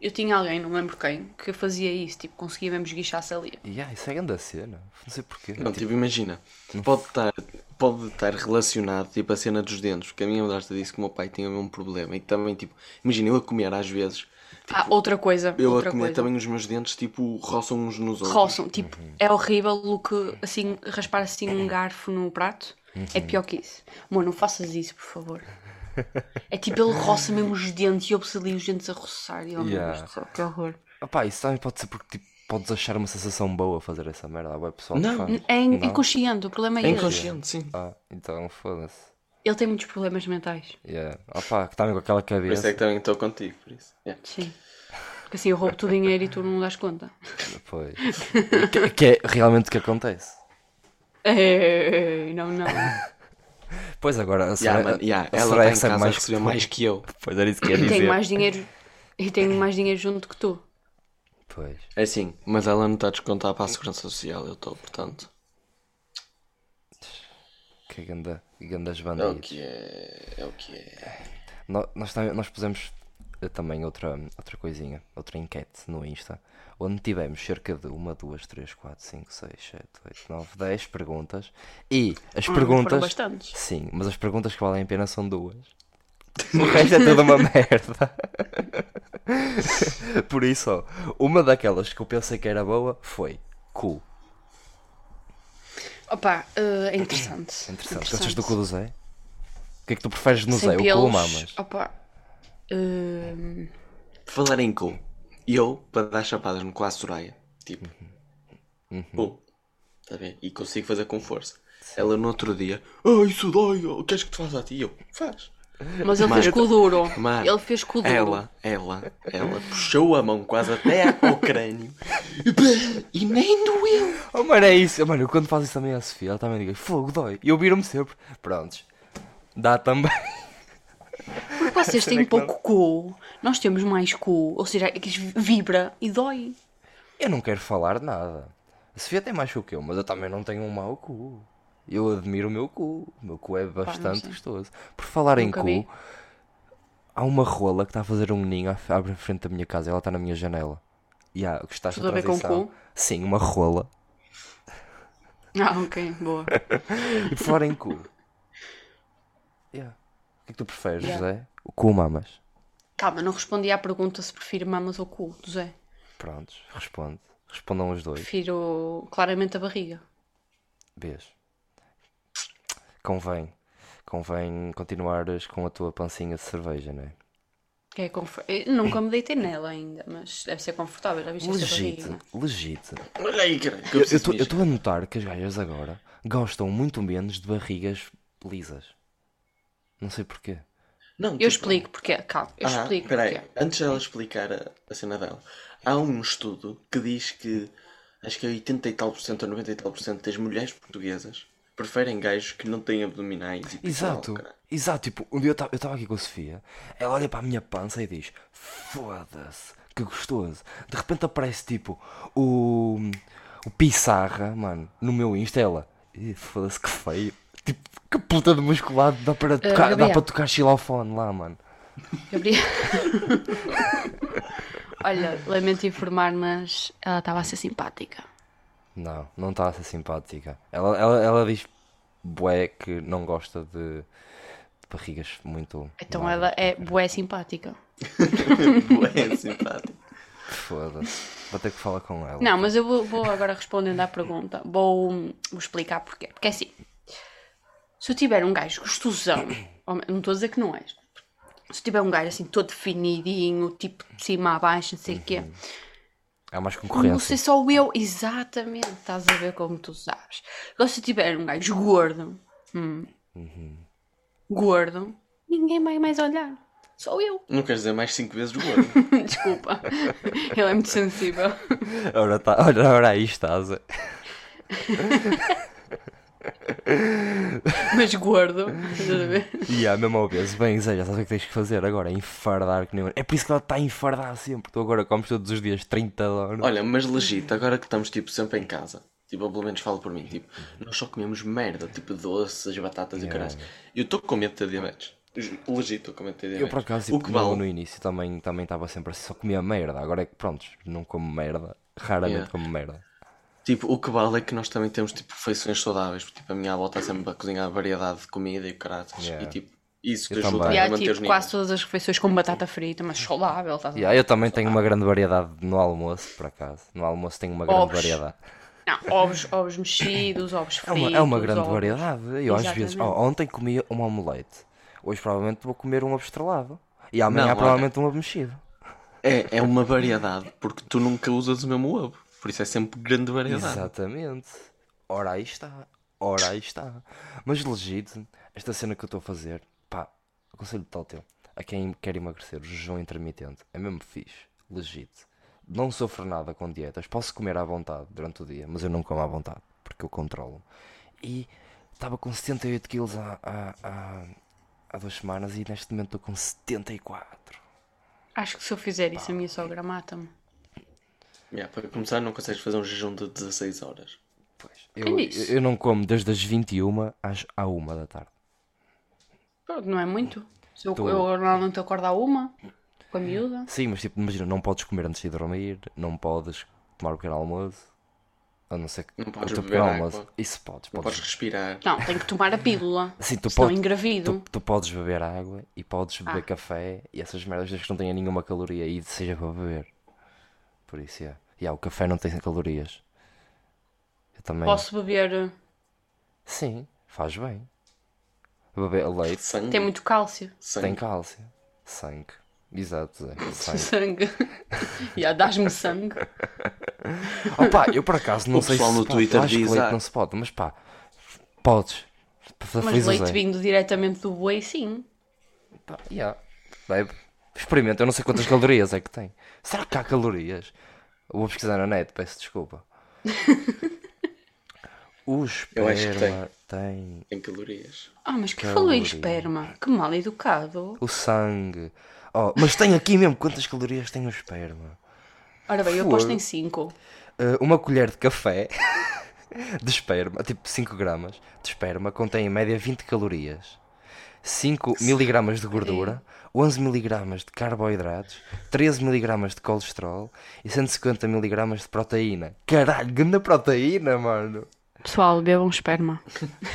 [SPEAKER 3] eu tinha alguém, não me lembro quem, que fazia isso, tipo, conseguia mesmo esguichar a saliva.
[SPEAKER 2] Yeah, isso é grande a cena. Não sei porquê.
[SPEAKER 1] Não,
[SPEAKER 2] Tipo,
[SPEAKER 1] tipo, imagina, pode estar, pode estar relacionado, tipo, a cena dos dentes, porque a minha madrasta disse que o meu pai tinha o mesmo problema. E também, tipo, imagina, eu a comer às vezes,
[SPEAKER 3] ah, outra coisa,
[SPEAKER 1] Tipo, eu
[SPEAKER 3] outra
[SPEAKER 1] a comer
[SPEAKER 3] coisa.
[SPEAKER 1] também Uhum. os meus dentes, tipo, roçam uns nos outros.
[SPEAKER 3] Roçam, tipo, é horrível o que, assim, raspar assim um garfo no prato, é
[SPEAKER 1] Uhum.
[SPEAKER 3] pior que isso. Amor, não faças isso, por favor. É tipo, ele roça mesmo os dentes e eu se ali os dentes a roçar. E eu,
[SPEAKER 2] Yeah.
[SPEAKER 3] meu Deus do céu, que horror.
[SPEAKER 2] opá, isso também pode ser porque tipo, podes achar uma sensação boa fazer essa merda. Ué, pessoal, que
[SPEAKER 1] Não,
[SPEAKER 2] faz.
[SPEAKER 3] É in-
[SPEAKER 2] Não?
[SPEAKER 3] inconsciente, o problema é,
[SPEAKER 1] É
[SPEAKER 3] ele.
[SPEAKER 1] inconsciente, sim.
[SPEAKER 2] Ah, então foda-se.
[SPEAKER 3] Ele tem muitos problemas mentais.
[SPEAKER 2] Yeah. Opá, que também com aquela
[SPEAKER 1] Por isso é
[SPEAKER 2] cabeça.
[SPEAKER 1] que também estou contigo, por isso. Yeah.
[SPEAKER 3] Sim. Porque assim eu roubo-te o dinheiro e tu não dás conta.
[SPEAKER 2] Pois. que, que é realmente o que acontece.
[SPEAKER 3] Ei, não, não.
[SPEAKER 2] Pois agora, a Soraya,
[SPEAKER 1] Yeah, mano, yeah,
[SPEAKER 2] a
[SPEAKER 1] ela
[SPEAKER 2] Soraya
[SPEAKER 1] está em casa
[SPEAKER 2] recebe mais
[SPEAKER 1] mais
[SPEAKER 2] que
[SPEAKER 1] recebeu
[SPEAKER 2] tu.
[SPEAKER 1] mais que eu.
[SPEAKER 2] Pois era isso que ia
[SPEAKER 3] E
[SPEAKER 1] é.
[SPEAKER 2] dizer.
[SPEAKER 3] tenho mais dinheiro. E tenho mais dinheiro junto que tu.
[SPEAKER 2] Pois.
[SPEAKER 1] É assim, mas ela não está a descontar para a Segurança Social, eu estou, portanto.
[SPEAKER 2] Que ganda, gandas
[SPEAKER 1] É o
[SPEAKER 2] bandidos.
[SPEAKER 1] que é, é o que é.
[SPEAKER 2] No- Nós, tam- nós pusemos eh, também outra, outra coisinha, outra enquete no Insta, onde tivemos cerca de 1, 2, 3, 4, 5, 6, 7, 8, 9, 10 perguntas. E as perguntas.
[SPEAKER 3] Hum, foram bastantes.
[SPEAKER 2] Sim, mas as perguntas que valem a pena são duas. O resto é toda uma merda. Por isso, ó, uma daquelas que eu pensei que era boa foi cu.
[SPEAKER 3] Opa, eh, é interessante.
[SPEAKER 2] Interessante. Gostas do cu do Zé? O que é que tu preferes no
[SPEAKER 3] Sem
[SPEAKER 2] Zé? O cu ou
[SPEAKER 3] pelos,
[SPEAKER 2] mamas?
[SPEAKER 3] Opa. eh,
[SPEAKER 1] Falar em cu. Eu, para dar chapadas no cu à Soraya, tipo.
[SPEAKER 2] Uhum.
[SPEAKER 1] Pum. Tá bem? E consigo fazer com força. Ela no outro dia, ah, isso dói, oh, queres que te faça a ti? Eu, faz.
[SPEAKER 3] mas ele fez
[SPEAKER 1] Mano,
[SPEAKER 3] cu duro.
[SPEAKER 1] Mano,
[SPEAKER 3] ele fez cu duro.
[SPEAKER 1] Ela, ela, ela puxou a mão quase até ao crânio e, pá, e nem doeu.
[SPEAKER 2] Oh, mano, é isso. Mano, eu quando faz isso também à Sofia, ela também diga fogo, dói. E eu viro-me sempre. Prontos. Dá também.
[SPEAKER 3] Porque vocês têm pouco cu, nós temos mais cu. Ou seja, é que isto vibra e dói.
[SPEAKER 2] Eu não quero falar nada. A Sofia tem mais que eu, mas eu também não tenho um mau cu. Eu admiro o meu cu. O meu cu é bastante
[SPEAKER 3] sei.
[SPEAKER 2] gostoso. Por falar em
[SPEAKER 3] Nunca
[SPEAKER 2] cu,
[SPEAKER 3] vi.
[SPEAKER 2] há uma rola que está a fazer um ninho à f- à frente da minha casa. Ela está na minha janela. E há, gostaste
[SPEAKER 3] Tudo
[SPEAKER 2] da
[SPEAKER 3] a ver com
[SPEAKER 2] transição?
[SPEAKER 3] cu?
[SPEAKER 2] Sim, uma rola.
[SPEAKER 3] Ah, ok, boa.
[SPEAKER 2] E por falar em cu. Yeah. O que é que tu preferes,
[SPEAKER 3] Yeah.
[SPEAKER 2] José? O cu ou mamas?
[SPEAKER 3] Calma, não respondi à pergunta se prefiro mamas ou cu, do Zé.
[SPEAKER 2] Prontos, responde. Respondam os dois.
[SPEAKER 3] Prefiro claramente a barriga.
[SPEAKER 2] Beijo. Convém. Convém continuares com a tua pancinha de cerveja, não é?
[SPEAKER 3] Que é confor... Eu nunca me deitei nela ainda, mas deve ser confortável. Já viste essa barriga?
[SPEAKER 2] Legite,
[SPEAKER 3] não é?
[SPEAKER 2] legite.
[SPEAKER 1] Olha aí, caralho. que
[SPEAKER 2] Eu
[SPEAKER 1] preciso
[SPEAKER 2] estou
[SPEAKER 1] mijar.
[SPEAKER 2] a notar que as gajas agora gostam muito menos de barrigas lisas. Não sei porquê.
[SPEAKER 1] Não, tipo,
[SPEAKER 3] Eu explico porquê, calma, eu
[SPEAKER 1] Ah,
[SPEAKER 3] explico
[SPEAKER 1] peraí.
[SPEAKER 3] porquê.
[SPEAKER 1] Antes dela explicar a, a cena dela, há um estudo que diz que acho que é 80 e tal por cento ou 90 e tal por cento das mulheres portuguesas preferem gajos que não têm abdominais e
[SPEAKER 3] Então,
[SPEAKER 1] peitoral,
[SPEAKER 2] Exato,
[SPEAKER 1] caralho.
[SPEAKER 2] exato. Tipo, um dia eu estava aqui com a Sofia, ela olha para a minha pança e diz: Foda-se, que gostoso. De repente aparece tipo o, o Pissarra, mano, no meu Insta. Ela, "Ih, foda-se, que feio. Tipo, que puta de musculado, dá para tocar, dá
[SPEAKER 3] Eh, Gabriel.
[SPEAKER 2] para tocar xilofone lá, mano.
[SPEAKER 3] Gabriel. Olha, lamento informar, mas ela estava a ser simpática.
[SPEAKER 2] Não, não está a ser simpática. Ela, ela, ela diz, bué, que não gosta de, de barrigas muito.
[SPEAKER 3] Então
[SPEAKER 2] magras.
[SPEAKER 3] ela é bué simpática.
[SPEAKER 1] é simpático.
[SPEAKER 2] Foda-se, vou ter que falar com ela.
[SPEAKER 3] Não, mas eu vou, vou agora respondendo à pergunta. Vou, hum, vou explicar porquê. Porque é assim, se eu tiver um gajo gostosão, ou me- não estou a dizer que não és, se eu tiver um gajo assim todo definidinho, tipo de cima a baixo, não sei o quê,
[SPEAKER 2] Há É mais
[SPEAKER 3] não
[SPEAKER 2] concorrência.
[SPEAKER 3] sei só eu, exatamente, estás a ver como tu sabes. Agora se eu tiver um gajo gordo, hum, gordo, ninguém vai mais olhar. Só eu.
[SPEAKER 1] Não queres dizer mais 5 vezes gordo?
[SPEAKER 3] Desculpa. Ele é muito sensível.
[SPEAKER 2] Ora, tá, ora, ora aí estás.
[SPEAKER 3] Mas gordo. Estás a ver?
[SPEAKER 2] E há mesmo ao peso. Bem, Zé, já sabes o que é que tens que fazer agora? É enfardar que nem. É por isso que ela está a enfardar sempre. Tu agora comes todos os dias 30 dólares.
[SPEAKER 1] Olha, mas legito, agora que estamos tipo sempre em casa, tipo, ou pelo menos falo por mim, tipo, nós só comemos merda, tipo doces, batatas e caralho. Eu estou com medo de ter diabetes. Legito, estou com medo de ter
[SPEAKER 2] Eu
[SPEAKER 1] diabetes.
[SPEAKER 2] por acaso,
[SPEAKER 1] o
[SPEAKER 2] tipo,
[SPEAKER 1] que
[SPEAKER 2] no,
[SPEAKER 1] vale
[SPEAKER 2] no início também também estava sempre assim, só comia merda. Agora é que, pronto, não como merda. Raramente
[SPEAKER 1] Yeah.
[SPEAKER 2] como merda.
[SPEAKER 1] Tipo, o que vale é que nós também temos tipo refeições saudáveis, porque tipo, a minha avó está sempre a cozinhar variedade de comida e caraças.
[SPEAKER 2] Yeah.
[SPEAKER 1] E tipo, isso que
[SPEAKER 2] Eu
[SPEAKER 1] ajuda
[SPEAKER 2] também.
[SPEAKER 3] E
[SPEAKER 1] a
[SPEAKER 3] há
[SPEAKER 1] manter os
[SPEAKER 3] tipo
[SPEAKER 1] níveis.
[SPEAKER 3] quase todas as refeições com batata frita, mas saudável, estás a ver?
[SPEAKER 2] Yeah, eu também tenho uma grande variedade no almoço, por acaso. No almoço tenho uma grande
[SPEAKER 3] Ovos.
[SPEAKER 2] variedade.
[SPEAKER 3] Não, ovos, ovos mexidos, ovos
[SPEAKER 2] É
[SPEAKER 3] fritos.
[SPEAKER 2] uma, é uma grande
[SPEAKER 3] ovos-
[SPEAKER 2] variedade. Eu às vezes.
[SPEAKER 3] Exatamente.
[SPEAKER 2] oh, ontem comia um omelete. Hoje provavelmente vou comer um ovo estrelado. E amanhã
[SPEAKER 1] Não,
[SPEAKER 2] provavelmente um ovo mexido.
[SPEAKER 1] É, é uma variedade, porque tu nunca usas o mesmo ovo. Por isso é sempre grande variedade.
[SPEAKER 2] Exatamente. Ora aí está. Ora aí está. Mas legítimo, esta cena que eu estou a fazer, pá, aconselho tal teu. A quem quer emagrecer, o jejum intermitente. É mesmo fixe. Legítimo. Não sofro nada com dietas. Posso comer à vontade durante o dia, mas eu não como à vontade, porque eu controlo. E estava com 78 quilos há, há, há, há duas semanas e neste momento estou com 74.
[SPEAKER 3] Acho que se eu fizer isso, a minha sogra mata-me.
[SPEAKER 1] Yeah, para começar, não consegues fazer um jejum de 16 horas.
[SPEAKER 2] Pois. Eu, eu,
[SPEAKER 3] nisso.
[SPEAKER 2] eu não como desde as 21 às à 1 da tarde.
[SPEAKER 3] Pronto, não é muito. Se eu,
[SPEAKER 2] Tô-
[SPEAKER 3] eu normalmente acordo à uma, com a miúda.
[SPEAKER 2] Sim, mas tipo, imagina, não podes comer antes de ir dormir, não podes tomar o pequeno almoço, a não ser que
[SPEAKER 1] Não
[SPEAKER 2] o
[SPEAKER 1] podes
[SPEAKER 2] teu
[SPEAKER 1] beber
[SPEAKER 2] pequeno
[SPEAKER 1] água.
[SPEAKER 2] almoço. Isso podes,
[SPEAKER 1] Não podes
[SPEAKER 2] podes.
[SPEAKER 1] respirar.
[SPEAKER 3] Não, tenho que tomar a pílula.
[SPEAKER 2] Sim, tu
[SPEAKER 3] Senão
[SPEAKER 2] podes-
[SPEAKER 3] engravido.
[SPEAKER 2] Tu, tu podes beber água e podes beber
[SPEAKER 3] é um Ah.
[SPEAKER 2] café e essas merdas desde que não tenha nenhuma caloria e seja para beber. Por isso é. E há, o café não tem calorias. Eu também.
[SPEAKER 3] Posso beber. eh,
[SPEAKER 2] Sim, faz bem. Beber leite
[SPEAKER 1] Sangue.
[SPEAKER 3] Tem muito cálcio.
[SPEAKER 1] sangue.
[SPEAKER 2] tem cálcio. Sangue. Exato, Zé. Sangue.
[SPEAKER 3] Sangue. E yeah, dás-me sangue.
[SPEAKER 2] Opa, eu por acaso não
[SPEAKER 1] O
[SPEAKER 2] sei se
[SPEAKER 1] pessoal no
[SPEAKER 2] se pode.
[SPEAKER 1] Twitter
[SPEAKER 2] Eu acho que
[SPEAKER 1] diz,
[SPEAKER 2] leite
[SPEAKER 1] ah.
[SPEAKER 2] não se pode, mas pá, podes.
[SPEAKER 3] Mas
[SPEAKER 2] Feliz
[SPEAKER 3] leite vindo diretamente do boi, sim.
[SPEAKER 2] Pá, yeah. Bebe. Experimenta, eu não sei quantas calorias é que tem. Será que há calorias? Eu Vou pesquisar na net, peço desculpa.
[SPEAKER 1] Eu
[SPEAKER 2] O
[SPEAKER 1] acho que tem.
[SPEAKER 2] esperma tem.
[SPEAKER 1] Tem calorias.
[SPEAKER 3] Ah, mas que falou
[SPEAKER 2] Caloria.
[SPEAKER 3] em esperma? Que mal educado.
[SPEAKER 2] o sangue. Oh, mas tem aqui mesmo quantas calorias tem o esperma.
[SPEAKER 3] Ora bem, eu
[SPEAKER 2] Fogo.
[SPEAKER 3] aposto em cinco.
[SPEAKER 2] Uh, uma colher de café de esperma, tipo 5 gramas de esperma, contém em média 20 calorias, 5 miligramas de gordura, 11 miligramas de carboidratos, 13 miligramas de colesterol e 150 miligramas de proteína. Caralho, grande proteína, mano!
[SPEAKER 3] Pessoal, bebam esperma.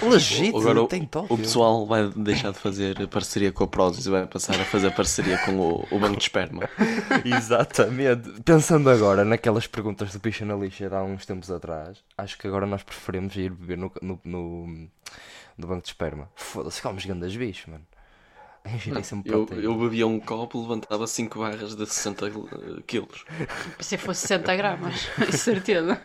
[SPEAKER 2] Legítimo,
[SPEAKER 1] Agora o,
[SPEAKER 2] tem top.
[SPEAKER 1] o pessoal vai deixar de fazer parceria com a Prozis e vai passar a fazer parceria com o, o Banco de Esperma.
[SPEAKER 2] Exatamente. Pensando agora naquelas perguntas do Picha na Lixa de há uns tempos atrás, acho que agora nós preferimos ir beber no, no, no, no banco de esperma. Foda-se, comemos grandes bichos, mano. Ingerem sempre
[SPEAKER 1] Eu,
[SPEAKER 2] proteína.
[SPEAKER 1] eu bebia um copo, levantava 5 barras de 60 eh, quilos.
[SPEAKER 3] Se fosse 60 gramas, de certeza.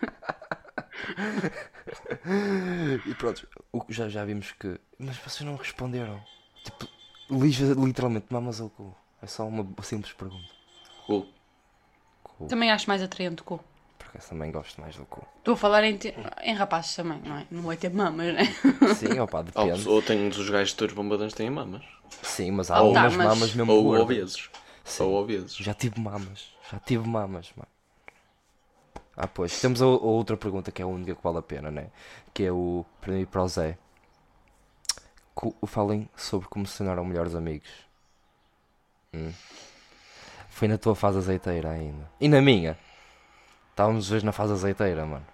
[SPEAKER 2] E pronto, o que já, já vimos que. Mas vocês não responderam. Tipo, Lija literalmente mamas ao cu. É só uma simples pergunta.
[SPEAKER 1] Cu.
[SPEAKER 2] Cu.
[SPEAKER 3] Também acho mais atraente o cu.
[SPEAKER 2] Porque eu também gosto mais do cu.
[SPEAKER 3] Estou a falar em, te- em rapazes também, não é? Não vai ter mamas, né?
[SPEAKER 2] Sim, opá,
[SPEAKER 1] Ou,
[SPEAKER 2] depende.
[SPEAKER 1] ou tem uns gajos todos bombadões que têm mamas.
[SPEAKER 2] Sim, mas há
[SPEAKER 3] Ou-
[SPEAKER 2] algumas
[SPEAKER 3] Tá, mas-
[SPEAKER 2] mamas mesmo
[SPEAKER 1] Ou
[SPEAKER 2] gordas.
[SPEAKER 1] obesos. Ou obesos.
[SPEAKER 2] Já tive mamas. Já tive mamas, mano. Ah, pois. Temos a, a outra pergunta que é a única que vale a pena, né? Que é o. Para mim, e para o Zé. Co- Falem sobre como se tornaram melhores amigos. Hum. Foi na tua fase azeiteira ainda. E na minha. Estávamos os dois na fase azeiteira, mano.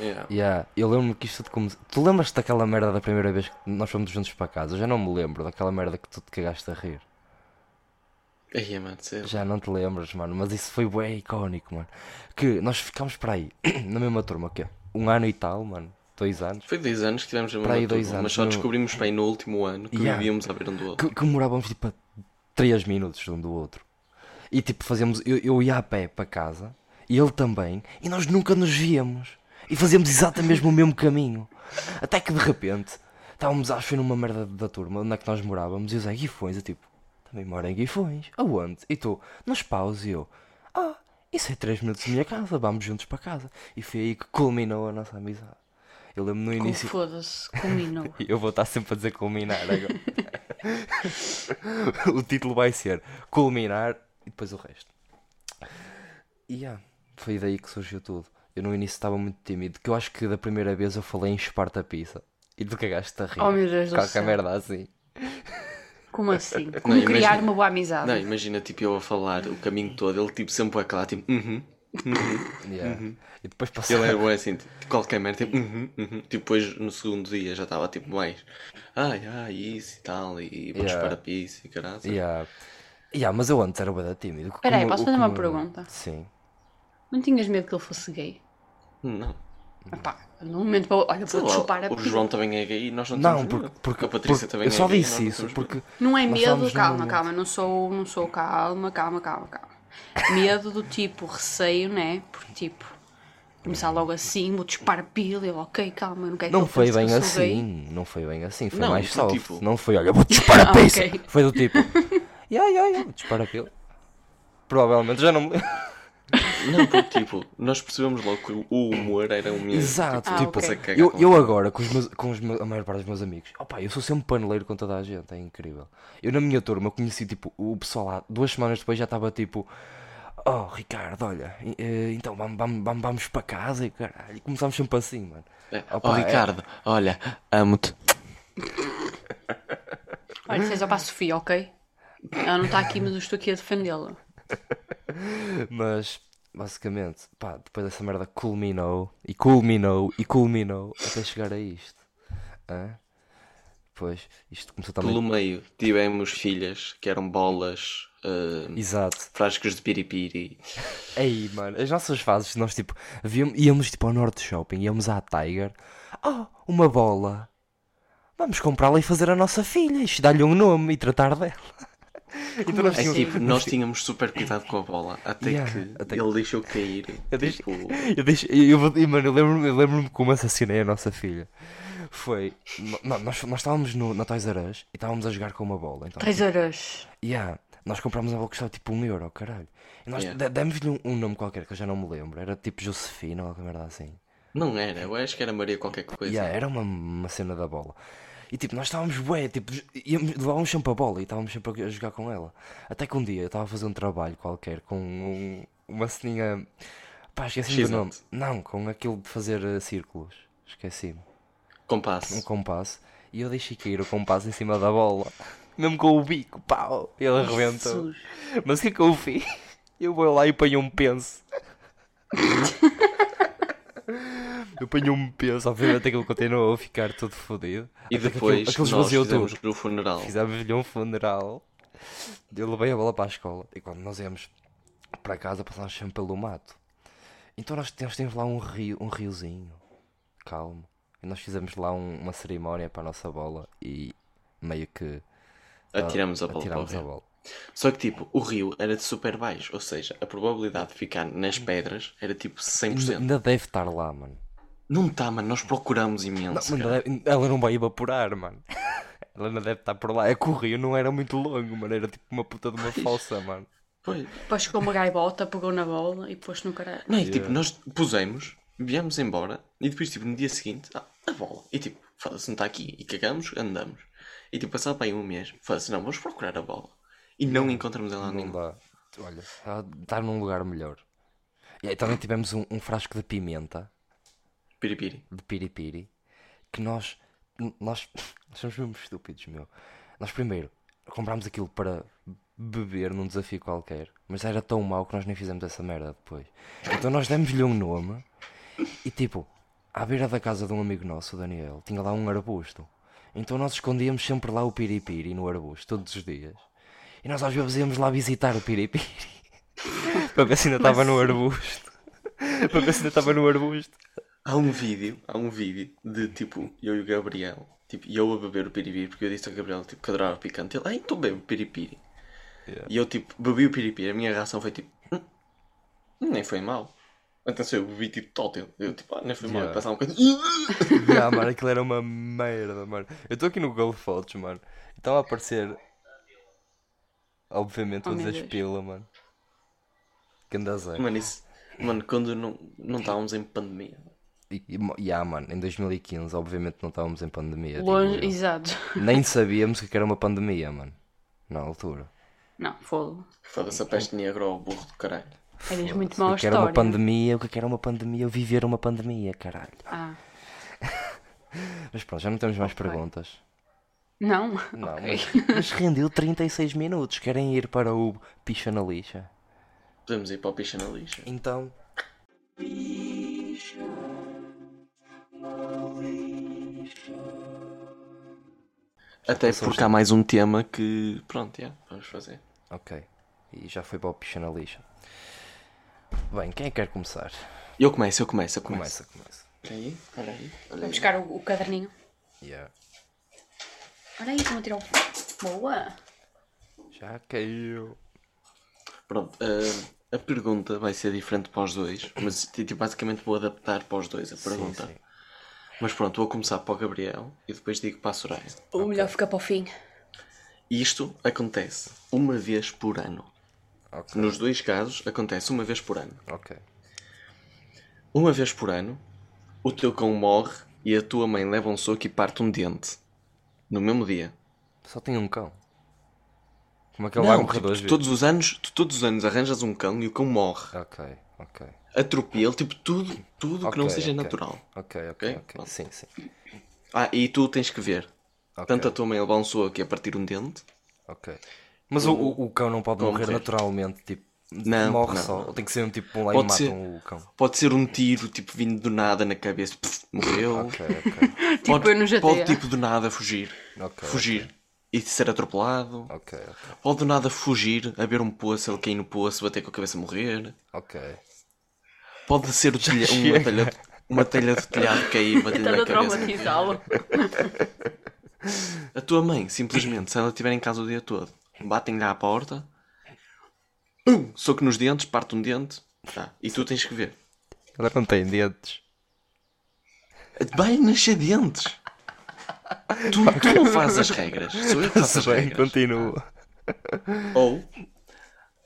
[SPEAKER 1] Yeah.
[SPEAKER 2] Yeah, eu lembro-me que isto tudo começou. Tu lembras-te daquela merda da primeira vez que nós fomos juntos para casa? Eu já não me lembro daquela merda que tu te cagaste a rir.
[SPEAKER 1] Aí, mano, sério.
[SPEAKER 2] Já não te lembras, mano, mas isso foi bem icónico, mano. Que nós ficámos para aí, na mesma turma, o quê? Um ano e tal, mano. Dois anos.
[SPEAKER 1] Foi dois anos que tivemos a
[SPEAKER 2] Para aí
[SPEAKER 1] mesma
[SPEAKER 2] dois
[SPEAKER 1] turma,
[SPEAKER 2] anos,
[SPEAKER 1] mas só
[SPEAKER 2] não-
[SPEAKER 1] descobrimos bem no último ano que
[SPEAKER 2] Yeah.
[SPEAKER 1] vivíamos à beira um do outro.
[SPEAKER 2] Que, que morávamos tipo a 3 minutos de um do outro. E tipo, fazíamos. Eu, eu ia a pé para casa e ele também, e nós nunca nos víamos. E fazíamos exatamente mesmo o mesmo caminho. Até que de repente estávamos, acho que numa merda da turma onde é que nós morávamos, e os Guifões, eu tipo, também moro em Guifões. Aonde? E tu, nos paus, e eu, ah, isso é 3 minutos da minha casa, vamos juntos para casa. E foi aí que culminou a nossa amizade. Eu lembro no
[SPEAKER 3] Cu,
[SPEAKER 2] início.
[SPEAKER 3] foda-se, combinou.
[SPEAKER 2] Eu vou estar sempre a dizer culminar agora. o título vai ser culminar e depois o resto. E yeah, foi daí que surgiu tudo. Eu no início estava muito tímido, que eu acho que da primeira vez eu falei em Esparta Pizza. E tu cagaste a rir.
[SPEAKER 3] Oh, meu Deus do
[SPEAKER 2] Qualquer
[SPEAKER 3] céu.
[SPEAKER 2] merda assim.
[SPEAKER 3] Como assim? Como
[SPEAKER 1] Não,
[SPEAKER 3] criar
[SPEAKER 1] imagina-
[SPEAKER 3] uma boa amizade?
[SPEAKER 1] Não, imagina tipo eu a falar o caminho todo, ele tipo sempre a calar, tipo, uhum.
[SPEAKER 2] Yeah. E depois passou.
[SPEAKER 1] Ele era bom assim, tipo, qualquer merda, tipo, uhum, uhum. Tipo, depois no segundo dia já estava tipo mais, ai, ai, isso e tal, e vamos
[SPEAKER 2] Yeah.
[SPEAKER 1] para a pizza e caralho.
[SPEAKER 2] Yeah. Yeah, mas eu antes era bada tímido.
[SPEAKER 3] Espera aí,
[SPEAKER 2] Como-
[SPEAKER 3] posso
[SPEAKER 2] o
[SPEAKER 3] fazer uma
[SPEAKER 2] como-
[SPEAKER 3] pergunta?
[SPEAKER 2] Sim.
[SPEAKER 3] Não tinhas medo que ele fosse gay?
[SPEAKER 1] Não.
[SPEAKER 3] Epá, num momento para olha,
[SPEAKER 1] Sei
[SPEAKER 3] vou
[SPEAKER 1] lá,
[SPEAKER 3] chupar a
[SPEAKER 1] o João também é gay e nós não
[SPEAKER 2] Não,
[SPEAKER 1] temos
[SPEAKER 2] porque,
[SPEAKER 1] medo.
[SPEAKER 2] porque,
[SPEAKER 1] a Patrícia
[SPEAKER 2] porque
[SPEAKER 1] também
[SPEAKER 2] eu só
[SPEAKER 1] é gay e nós
[SPEAKER 2] disse
[SPEAKER 1] não
[SPEAKER 2] isso
[SPEAKER 1] temos
[SPEAKER 2] porque
[SPEAKER 3] Não é
[SPEAKER 2] Nós
[SPEAKER 3] medo,
[SPEAKER 2] estávamos num
[SPEAKER 3] calma,
[SPEAKER 2] momento.
[SPEAKER 3] calma, não sou, não sou calma, calma, calma, calma. Medo do tipo receio, né? Porque tipo, começar logo assim, vou dispar pila, eu, ok, calma, eu não quero É que
[SPEAKER 2] Não
[SPEAKER 3] ele
[SPEAKER 2] foi
[SPEAKER 3] pense que
[SPEAKER 2] bem
[SPEAKER 3] eu sou gay.
[SPEAKER 2] assim, não foi bem assim, foi
[SPEAKER 1] Não,
[SPEAKER 2] mais
[SPEAKER 1] foi
[SPEAKER 2] soft.
[SPEAKER 1] tipo-
[SPEAKER 2] Não foi, olha, vou disparar a
[SPEAKER 3] Ah,
[SPEAKER 2] pizza.
[SPEAKER 3] ok.
[SPEAKER 2] Foi do tipo, ya, ya, ya, vou disparar a pila. Provavelmente já não me lembro.
[SPEAKER 1] medo. Não, porque tipo, nós percebemos logo que o humor era um medo.
[SPEAKER 2] Exato,
[SPEAKER 3] Ah,
[SPEAKER 2] tipo,
[SPEAKER 3] ok.
[SPEAKER 2] eu, eu agora, com, os meus, com os meus- a maior parte dos meus amigos, opa, eu sou sempre paneleiro com toda a gente, é incrível. Eu na minha turma conheci, tipo, o pessoal lá, duas semanas depois já estava tipo, oh, Ricardo, olha, eh, então vamos, vamos, vamos, vamos para casa e caralho, e começámos sempre assim, mano.
[SPEAKER 1] É.
[SPEAKER 2] Opa,
[SPEAKER 1] oh,
[SPEAKER 2] é-
[SPEAKER 1] Ricardo, olha, amo-te.
[SPEAKER 3] Olha, vocês é para a Sofia, ok? Ela não está aqui, mas eu estou aqui a defendê-la.
[SPEAKER 2] Mas basicamente, pá, depois dessa merda culminou e culminou e culminou até chegar a isto. Hã? Pois, isto começou também.
[SPEAKER 1] Pelo meio tivemos filhas que eram bolas, ah,
[SPEAKER 2] Exato.
[SPEAKER 1] frascos de piripiri.
[SPEAKER 2] Aí, mano, as nossas fases, nós tipo, víamos, íamos tipo ao Norte Shopping, íamos à Tiger. Oh, uma bola. Vamos comprá-la e fazer a nossa filha, e dar-lhe um nome e tratar dela. Então
[SPEAKER 3] Assim,
[SPEAKER 2] nós
[SPEAKER 1] É
[SPEAKER 2] tínhamos,
[SPEAKER 1] tipo, nós tínhamos super cuidado com a bola, até
[SPEAKER 2] Yeah,
[SPEAKER 1] que
[SPEAKER 2] até-
[SPEAKER 1] ele deixou cair.
[SPEAKER 2] deixei-
[SPEAKER 1] tipo,
[SPEAKER 2] Eu, deixo, eu, vou- e, mano, eu lembro-me eu lembro-me como assassinei a nossa filha. Foi. no- no- Nós, nós estávamos no, na Toys R Us e estávamos a jogar com uma bola. Então,
[SPEAKER 3] Três horas.
[SPEAKER 2] yeah, nós comprámos uma bola que custava tipo um euro, caralho. E nós
[SPEAKER 1] Yeah.
[SPEAKER 2] de- demos-lhe um, um nome qualquer que eu já não me lembro. Era tipo Josefina ou alguma merda assim.
[SPEAKER 1] Não era, eu acho que era Maria qualquer coisa.
[SPEAKER 2] Yeah, era uma, uma cena da bola. E tipo, nós estávamos bué, tipo, íamos, levávamos sempre a bola e estávamos sempre a jogar com ela. Até que um dia eu estava a fazer um trabalho qualquer com um- uma ceninha. Pá, esqueci-me do
[SPEAKER 1] X-Note.
[SPEAKER 2] nome. Não, com aquilo de fazer eh, círculos. Esqueci-me. Um
[SPEAKER 1] Compasso.
[SPEAKER 2] compasso. E eu deixei cair o compasso em cima da bola. Mesmo com o bico, pau! Ele arrebentou.
[SPEAKER 3] Jesus.
[SPEAKER 2] Mas o que é que eu fiz? Eu vou lá e apanho um penso. eu apanho um penso, obviamente aquilo continuou a ficar todo fodido.
[SPEAKER 1] E
[SPEAKER 2] Até que
[SPEAKER 1] depois
[SPEAKER 2] aquilo, aquilo
[SPEAKER 1] nós
[SPEAKER 2] esvaziou
[SPEAKER 1] fizemos
[SPEAKER 2] tudo.
[SPEAKER 1] no funeral.
[SPEAKER 2] Fizemos-lhe um funeral. Eu levei a bola para a escola. E quando nós íamos para casa, passámos sempre pelo mato. Então nós temos, temos lá um, rio, um riozinho. Calmo. E nós fizemos lá um- uma cerimónia para a nossa bola. E meio que
[SPEAKER 1] Atiramos a bola para o
[SPEAKER 2] atirámos a
[SPEAKER 1] rio.
[SPEAKER 2] bola.
[SPEAKER 1] Só que tipo, o rio era de super baixo, ou seja, a probabilidade de ficar nas pedras era tipo 100%.
[SPEAKER 2] Ainda deve estar lá, mano.
[SPEAKER 1] Não está, tá, mano, nós procuramos
[SPEAKER 2] Não, é.
[SPEAKER 1] imenso.
[SPEAKER 2] mas
[SPEAKER 1] cara.
[SPEAKER 2] ela- ela não vai evaporar, mano. Ela não deve estar por lá. É que o rio não era muito longo, mano. Era tipo uma puta de uma fossa, mano.
[SPEAKER 1] Pois.
[SPEAKER 3] Depois chegou uma gaivota, pegou na bola e pôs no caralho.
[SPEAKER 1] Não, é que tipo, nós pusemos, viemos embora e depois, tipo, no dia seguinte, ah, a bola. E tipo, foda-se, não está aqui. E cagamos, andamos. E tipo, passava para aí um mês, foda-se, não, vamos procurar a bola. E não encontramos ela
[SPEAKER 2] Não
[SPEAKER 1] nenhuma.
[SPEAKER 2] dá. Olha, está- está num lugar melhor. E aí também tivemos um, um frasco de pimenta,
[SPEAKER 1] Piripiri.
[SPEAKER 2] de piripiri, que nós, nós. Nós somos mesmo estúpidos, meu. Nós primeiro comprámos aquilo para beber num desafio qualquer, mas era tão mau que nós nem fizemos essa merda depois. Então nós demos-lhe um nome e tipo, à beira da casa de um amigo nosso, o Daniel, tinha lá um arbusto. Então nós escondíamos sempre lá o piripiri no arbusto, todos os dias. E nós às vezes íamos lá visitar o piripiri para ver se ainda estava no arbusto. para ver se ainda estava no arbusto.
[SPEAKER 1] Há um vídeo, há um vídeo de tipo, eu e o Gabriel, tipo, eu a beber o piripiri, porque eu disse ao Gabriel, tipo, que adorava picante. Ele, ai, então bebo piripiri. E eu, tipo, bebi o piripiri, a minha reação foi tipo, "Hum, nem foi mal. Atenção, eu bebi tipo tótil. Eu, tipo, ah, nem foi mal,
[SPEAKER 2] Yeah.
[SPEAKER 1] passava um bocadinho.
[SPEAKER 2] Ah, mano, aquilo era uma merda, mano. Eu estou aqui no Google Fotos, mano. E Estão a aparecer. Obviamente,
[SPEAKER 3] Oh,
[SPEAKER 2] todas
[SPEAKER 3] meu
[SPEAKER 2] as
[SPEAKER 3] Deus.
[SPEAKER 2] pila, mano. Que anda a zero.
[SPEAKER 1] Mano, isso, mano, quando não, não estávamos em pandemia.
[SPEAKER 2] E, e, mo- yeah, mano, em 2015, obviamente, não estávamos em pandemia. digo
[SPEAKER 3] Longe,
[SPEAKER 2] eu.
[SPEAKER 3] exato.
[SPEAKER 2] Nem sabíamos o que era uma pandemia, mano. Na altura.
[SPEAKER 3] Não, foda
[SPEAKER 1] Foda-se a peste negra ou o burro do caralho.
[SPEAKER 3] Eras muito
[SPEAKER 2] O
[SPEAKER 3] mau
[SPEAKER 2] que era uma
[SPEAKER 3] história.
[SPEAKER 2] pandemia, o que era uma pandemia, eu viver uma pandemia, caralho.
[SPEAKER 3] Ah,
[SPEAKER 2] Mas pronto, já não temos mais perguntas.
[SPEAKER 3] não?
[SPEAKER 2] Não,
[SPEAKER 3] Ok.
[SPEAKER 2] mas, mas rendeu 36 minutos. Querem ir para o Picha na Lixa?
[SPEAKER 1] Podemos ir para o picha na lixa.
[SPEAKER 2] Então.
[SPEAKER 1] Até porque há mais um tema que, pronto, yeah, vamos fazer.
[SPEAKER 2] Ok. E já foi para o Picha na Lixa. Bem, quem é que quer começar?
[SPEAKER 1] Eu começo, eu começo, eu começo.
[SPEAKER 2] Começa, começa.
[SPEAKER 1] Olha aí, olha aí, olha
[SPEAKER 3] Vou
[SPEAKER 1] aí.
[SPEAKER 3] buscar o, o caderninho.
[SPEAKER 2] Yeah.
[SPEAKER 3] Olha aí, vou tirar o. Boa!
[SPEAKER 2] Já caiu.
[SPEAKER 1] Pronto, ah, a pergunta vai ser diferente para os dois, mas tipo, basicamente vou adaptar para os dois a pergunta.
[SPEAKER 2] sim.
[SPEAKER 1] Mas pronto, vou começar para o Gabriel e depois digo para a Soraya.
[SPEAKER 3] O melhor fica para o fim.
[SPEAKER 1] E Isto acontece uma vez por ano.
[SPEAKER 2] Ok.
[SPEAKER 1] Nos dois casos, acontece uma vez por ano.
[SPEAKER 2] Ok.
[SPEAKER 1] Uma vez por ano, o teu cão morre e a tua mãe leva um soco e parte um dente. No mesmo dia.
[SPEAKER 2] Só tem um cão. Como é que ele vai morrer
[SPEAKER 1] tipo,
[SPEAKER 2] duas
[SPEAKER 1] tu
[SPEAKER 2] vezes?
[SPEAKER 1] todos os anos, tu todos os anos arranjas um cão e o cão morre.
[SPEAKER 2] Ok, ok.
[SPEAKER 1] Atropelo, tipo, tudo, tudo que não
[SPEAKER 2] Ok,
[SPEAKER 1] seja
[SPEAKER 2] ok.
[SPEAKER 1] natural.
[SPEAKER 2] Ok, ok,
[SPEAKER 1] Ok?
[SPEAKER 2] ok. Sim, sim.
[SPEAKER 1] Ah, e tu tens que ver.
[SPEAKER 2] Ok.
[SPEAKER 1] Tanto a tua mãe levar um soco e a partir um dente.
[SPEAKER 2] Ok. Mas o, o, o cão não pode
[SPEAKER 1] Não
[SPEAKER 2] morrer
[SPEAKER 1] morrer.
[SPEAKER 2] naturalmente, tipo,
[SPEAKER 1] Não,
[SPEAKER 2] morre
[SPEAKER 1] não,
[SPEAKER 2] só.
[SPEAKER 1] não.
[SPEAKER 2] Tem que ser um tipo um lá e
[SPEAKER 1] Pode
[SPEAKER 2] matam
[SPEAKER 1] ser.
[SPEAKER 2] o cão.
[SPEAKER 1] Pode ser um tiro, tipo, vindo do nada na cabeça. Pff, morreu.
[SPEAKER 2] Ok, ok.
[SPEAKER 1] Pode,
[SPEAKER 3] Tipo eu no GTA.
[SPEAKER 1] pode, tipo, do nada fugir.
[SPEAKER 2] Ok,
[SPEAKER 1] fugir. E ser atropelado.
[SPEAKER 2] ok, ok,
[SPEAKER 1] Pode do nada fugir, haver um poço, ele cair no poço, bater com a cabeça e morrer.
[SPEAKER 2] ok.
[SPEAKER 1] Pode ser o telha, uma,
[SPEAKER 2] chega.
[SPEAKER 1] telha, uma telha de telhado cair, bater
[SPEAKER 3] Estás
[SPEAKER 1] na
[SPEAKER 3] a
[SPEAKER 1] cabeça.
[SPEAKER 3] traumatizá-lo.
[SPEAKER 1] A tua mãe, simplesmente, se ela estiver em casa o dia todo, batem-lhe à porta, pum, soco nos dentes, parte um dente, tá, e tu tens que ver.
[SPEAKER 2] Ela não é tem dentes.
[SPEAKER 1] Vai nascer dentes. Tu, tu não fazes as regras. Sou eu que faço as
[SPEAKER 2] Bem,
[SPEAKER 1] regras.
[SPEAKER 2] continua.
[SPEAKER 1] Ou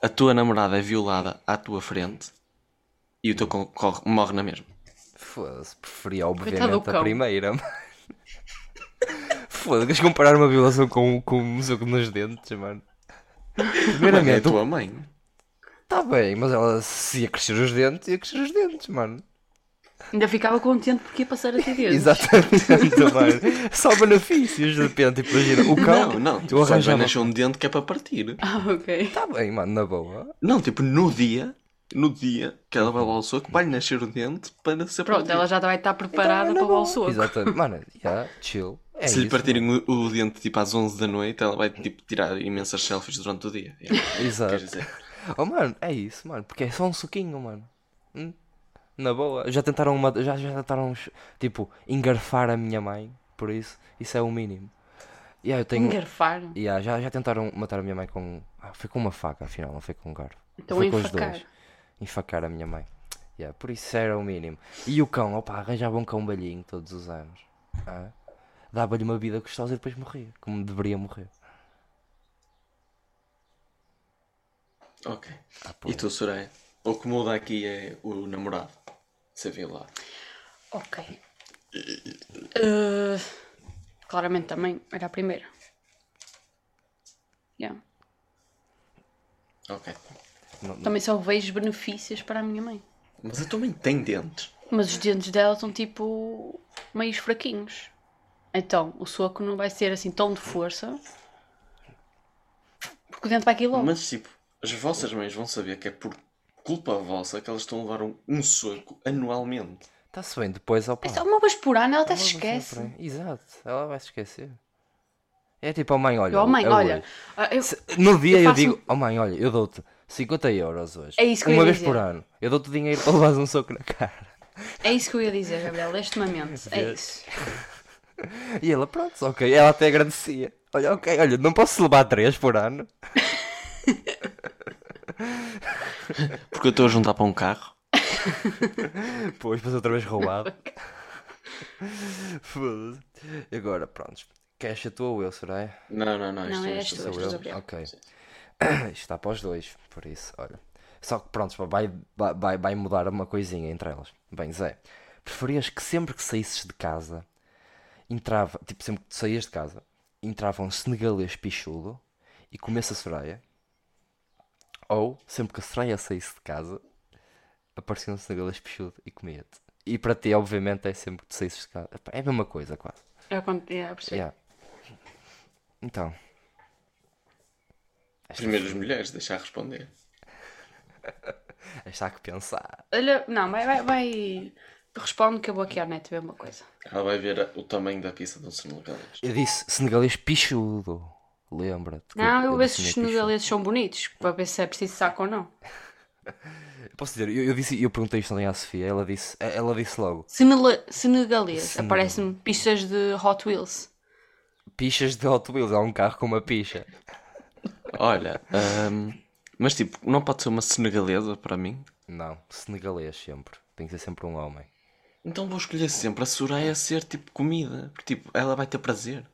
[SPEAKER 1] a tua namorada é violada à tua frente e o teu cão corre- morre na mesma.
[SPEAKER 2] Foda-se, preferia
[SPEAKER 3] Coitado
[SPEAKER 2] obviamente
[SPEAKER 3] do
[SPEAKER 2] a
[SPEAKER 3] cão.
[SPEAKER 2] primeira, mano. Foda-se, queres comparar uma violação com, com um soco nos dentes, mano?
[SPEAKER 1] Mano, é a
[SPEAKER 2] Primeiramente,
[SPEAKER 1] tua mãe.
[SPEAKER 2] tá bem, mas ela se ia crescer os dentes, ia crescer os dentes, mano.
[SPEAKER 3] Ainda ficava contente porque ia passar a ter dedos.
[SPEAKER 2] Exatamente, mano. Só benefícios, de repente, tipo, imagina, o cão.
[SPEAKER 1] Não, não.
[SPEAKER 2] eu
[SPEAKER 1] Tipo, só vai
[SPEAKER 2] arranjava.
[SPEAKER 1] nascer um dente que é para partir.
[SPEAKER 3] Ah, ok.
[SPEAKER 2] Tá bem, mano, na boa.
[SPEAKER 1] Não, tipo, no dia, no dia que ela vai lá ao soco, vai nascer o dente para ser
[SPEAKER 3] Pronto,
[SPEAKER 1] partido.
[SPEAKER 3] ela já vai estar preparada para o soco.
[SPEAKER 2] Tá, Exatamente, mano, já, chill. É
[SPEAKER 1] Se lhe
[SPEAKER 2] isso,
[SPEAKER 1] partirem o, o dente tipo às 11 da noite, ela vai tipo, tirar imensas selfies durante o dia.
[SPEAKER 2] mano.
[SPEAKER 1] Yeah. Quer
[SPEAKER 2] Exato.
[SPEAKER 1] dizer,
[SPEAKER 2] Oh, mano, é isso, mano, porque é só um suquinho, mano. Hum? Na boa. Já tentaram, uma, já, já tentaram, tipo, engarfar a minha mãe, por isso, isso é o mínimo. Yeah, eu tenho,
[SPEAKER 3] Engarfar.
[SPEAKER 2] yeah, já, já tentaram matar a minha mãe com. Ah, foi com uma faca, afinal, não foi com um garfo.
[SPEAKER 3] Então
[SPEAKER 2] foi com os
[SPEAKER 3] enfacar.
[SPEAKER 2] dois. Enfacar a minha mãe. Yeah, por isso era o mínimo. E o cão, opa, arranjava um cão balhinho todos os anos. Ah? dava-lhe uma vida gostosa e depois morria, como deveria morrer.
[SPEAKER 1] Ok.
[SPEAKER 2] pô.
[SPEAKER 1] e tu, Soraya? O que muda aqui é o namorado. Ser violado.
[SPEAKER 3] Ok. Eh, claramente também era a primeira. Yeah.
[SPEAKER 1] Ok.
[SPEAKER 3] Também só vejo benefícios para a minha mãe.
[SPEAKER 1] Mas a tua mãe tem dentes.
[SPEAKER 3] Mas os dentes dela estão tipo meios fraquinhos. Então, o soco não vai ser assim tão de força. Porque o dente vai aqui logo.
[SPEAKER 1] Mas tipo, as vossas mães vão saber que é por culpa vossa que elas estão a levar um, um soco anualmente.
[SPEAKER 2] Está-se bem, depois ao
[SPEAKER 3] É só uma vez por ano, ela até se esquece.
[SPEAKER 2] é. Exato, ela vai se esquecer. É tipo, oh mãe, olha.
[SPEAKER 3] Eu, oh mãe,
[SPEAKER 2] é
[SPEAKER 3] olha.
[SPEAKER 2] hoje.
[SPEAKER 3] ah, eu-
[SPEAKER 2] Se- No dia eu,
[SPEAKER 3] faço- um
[SPEAKER 2] digo, oh mãe, olha, eu dou-te 50 euros hoje.
[SPEAKER 3] É isso que eu
[SPEAKER 2] Uma
[SPEAKER 3] ia
[SPEAKER 2] vez
[SPEAKER 3] dizer.
[SPEAKER 2] por ano. Eu dou-te dinheiro para levares um soco na cara.
[SPEAKER 3] É isso que eu ia dizer, Gabriel, neste momento. É isso.
[SPEAKER 2] E ela, pronto, ok. Ela até agradecia. Olha, ok, olha, não posso levar três por ano.
[SPEAKER 1] Porque eu estou a juntar para um carro.
[SPEAKER 2] Pois, mas outra vez roubado. Foda-se. E Agora, pronto. Queres ser tu ou eu, Soraya?
[SPEAKER 1] Não, não, não.
[SPEAKER 3] Não,
[SPEAKER 1] Isto, é
[SPEAKER 3] és
[SPEAKER 1] isto,
[SPEAKER 3] tu,
[SPEAKER 1] sou
[SPEAKER 3] és tu,
[SPEAKER 1] eu.
[SPEAKER 3] Gabriel.
[SPEAKER 2] Ok. Isto está para os dois, por isso, olha. Só que pronto, vai, vai- vai, vai mudar uma coisinha entre elas. Bem, Zé, preferias que sempre que saísses de casa, entrava, tipo, sempre que tu saías de casa, entrava um senegalês pichudo e comesse a Soraya? Ou, sempre que a Soraya saísse de casa, aparecia um senegalês pichudo e comia-te? E para ti, obviamente, é sempre que tu saísses de casa. Epá, É a mesma coisa, quase.
[SPEAKER 3] Eu conto- é, eu percebo.
[SPEAKER 2] Yeah. Então,
[SPEAKER 1] Primeiro as mulheres, deixar responder.
[SPEAKER 2] está que pensar.
[SPEAKER 3] Olha, não, vai, vai, vai. Responde que eu vou aqui à net ver uma coisa.
[SPEAKER 1] Ela vai ver a- o tamanho da pizza de um senegalês.
[SPEAKER 2] Eu disse senegalês pichudo. Lembra-te. que
[SPEAKER 3] Não, eu vejo se
[SPEAKER 2] disse
[SPEAKER 3] os
[SPEAKER 2] mesmo
[SPEAKER 3] senegaleses são bonitos, para ver se é preciso saco ou não.
[SPEAKER 2] pichudo. Eu Posso dizer, eu, eu disse, eu perguntei isto ali à Sofia, ela disse, ela disse logo,
[SPEAKER 3] Senela- Senegalês, aparecem-me pistas de Hot Wheels.
[SPEAKER 2] pichas de Hot Wheels, há um carro com uma picha.
[SPEAKER 1] Olha, ahm, mas tipo, não pode ser uma senegalesa para mim?
[SPEAKER 2] Não, senegalês sempre. Tem que ser sempre um homem.
[SPEAKER 1] Então vou escolher sempre a Soraya a ser tipo comida. Porque tipo, ela vai ter prazer.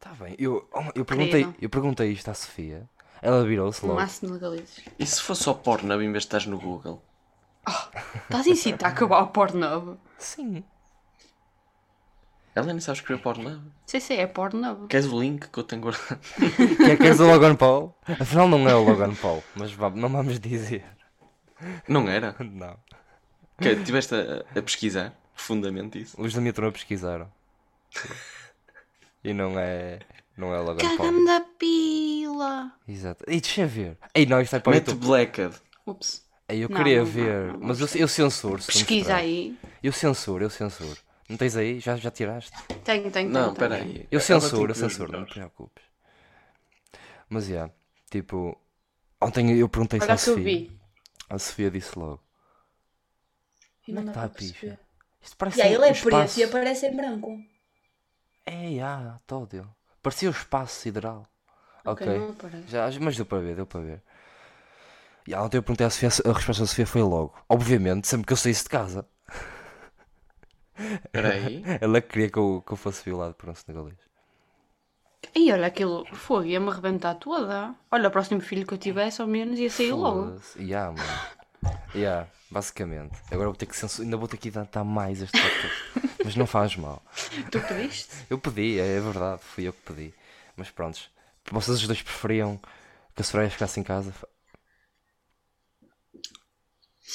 [SPEAKER 2] Tá bem, eu, eu, perguntei,
[SPEAKER 3] Incrível.
[SPEAKER 2] eu perguntei isto à Sofia, ela virou-se
[SPEAKER 3] Não
[SPEAKER 2] logo.
[SPEAKER 3] há senegaleses.
[SPEAKER 1] E se for só porno em vez de estás no Google?
[SPEAKER 3] Estás a incitar a acabar o Pornhub?
[SPEAKER 2] Sim.
[SPEAKER 1] Ela nem sabe escrever porno.
[SPEAKER 3] Sei se é Pornhub.
[SPEAKER 1] Queres o link que eu tenho guardado?
[SPEAKER 2] Quer, queres o Logan Paul? Afinal não é o Logan Paul, mas va- não vamos dizer.
[SPEAKER 1] Não era?
[SPEAKER 2] Não.
[SPEAKER 1] Que estiveste a, a pesquisar profundamente isso?
[SPEAKER 2] Os da minha turma pesquisaram. E não é, não é o Logan Paul.
[SPEAKER 3] Cagando a pila!
[SPEAKER 2] Exato. E deixa eu ver. Ei, não, isto é para o
[SPEAKER 1] Mete
[SPEAKER 2] YouTube.
[SPEAKER 1] Blacked.
[SPEAKER 3] Ups.
[SPEAKER 2] Ei, eu
[SPEAKER 3] Não,
[SPEAKER 2] queria
[SPEAKER 3] não, não,
[SPEAKER 2] ver.
[SPEAKER 3] não,
[SPEAKER 2] mas eu, eu censuro. se tu me
[SPEAKER 3] Pesquisa
[SPEAKER 2] mostrares.
[SPEAKER 3] aí.
[SPEAKER 2] Eu censuro, eu censuro. Não tens aí? Já, já tiraste?
[SPEAKER 3] Tenho, tenho, tenho.
[SPEAKER 1] Não,
[SPEAKER 3] tenho.
[SPEAKER 1] espera aí.
[SPEAKER 2] Eu
[SPEAKER 1] Ela
[SPEAKER 2] censuro,
[SPEAKER 1] tem
[SPEAKER 2] eu
[SPEAKER 1] que ver os
[SPEAKER 2] censuro, não
[SPEAKER 1] melhores.
[SPEAKER 2] te preocupes. Mas já, tipo. Ontem eu perguntei se
[SPEAKER 3] Olha
[SPEAKER 2] à
[SPEAKER 3] o que eu
[SPEAKER 2] Sofia.
[SPEAKER 3] vi.
[SPEAKER 2] A Sofia disse logo.
[SPEAKER 4] E
[SPEAKER 2] Onde é
[SPEAKER 4] não
[SPEAKER 2] que
[SPEAKER 4] dá
[SPEAKER 2] está a
[SPEAKER 4] para
[SPEAKER 2] picha?
[SPEAKER 4] perceber.
[SPEAKER 2] Isto parece
[SPEAKER 4] E aí
[SPEAKER 2] um-
[SPEAKER 4] ele é
[SPEAKER 2] um
[SPEAKER 4] preto e
[SPEAKER 2] espaço.
[SPEAKER 4] aparece em branco.
[SPEAKER 2] É, já, todo ele. Parecia o espaço sideral. Ok.
[SPEAKER 3] não aparece.
[SPEAKER 2] Já, mas deu para ver, deu para ver. E há ontem eu perguntei à Sofia, a resposta da Sofia foi logo. Obviamente, sempre que eu saísse de casa.
[SPEAKER 1] Espera aí.
[SPEAKER 2] Ela queria que eu, que eu fosse violado por um senegalês.
[SPEAKER 3] E olha aquilo, fogo, ia-me arrebentar toda. Olha, o próximo filho que eu tivesse, ao menos, ia sair logo.
[SPEAKER 2] Foda-se. Yeah, mano. Yeah, basicamente. Agora vou ter que censurar. Ainda vou ter que editar mais este podcast. Mas não faz mal.
[SPEAKER 3] Tu pediste?
[SPEAKER 2] Eu pedi, é, é verdade, fui eu que pedi. Mas prontos. Vocês os dois preferiam que a Soraya ficasse em casa?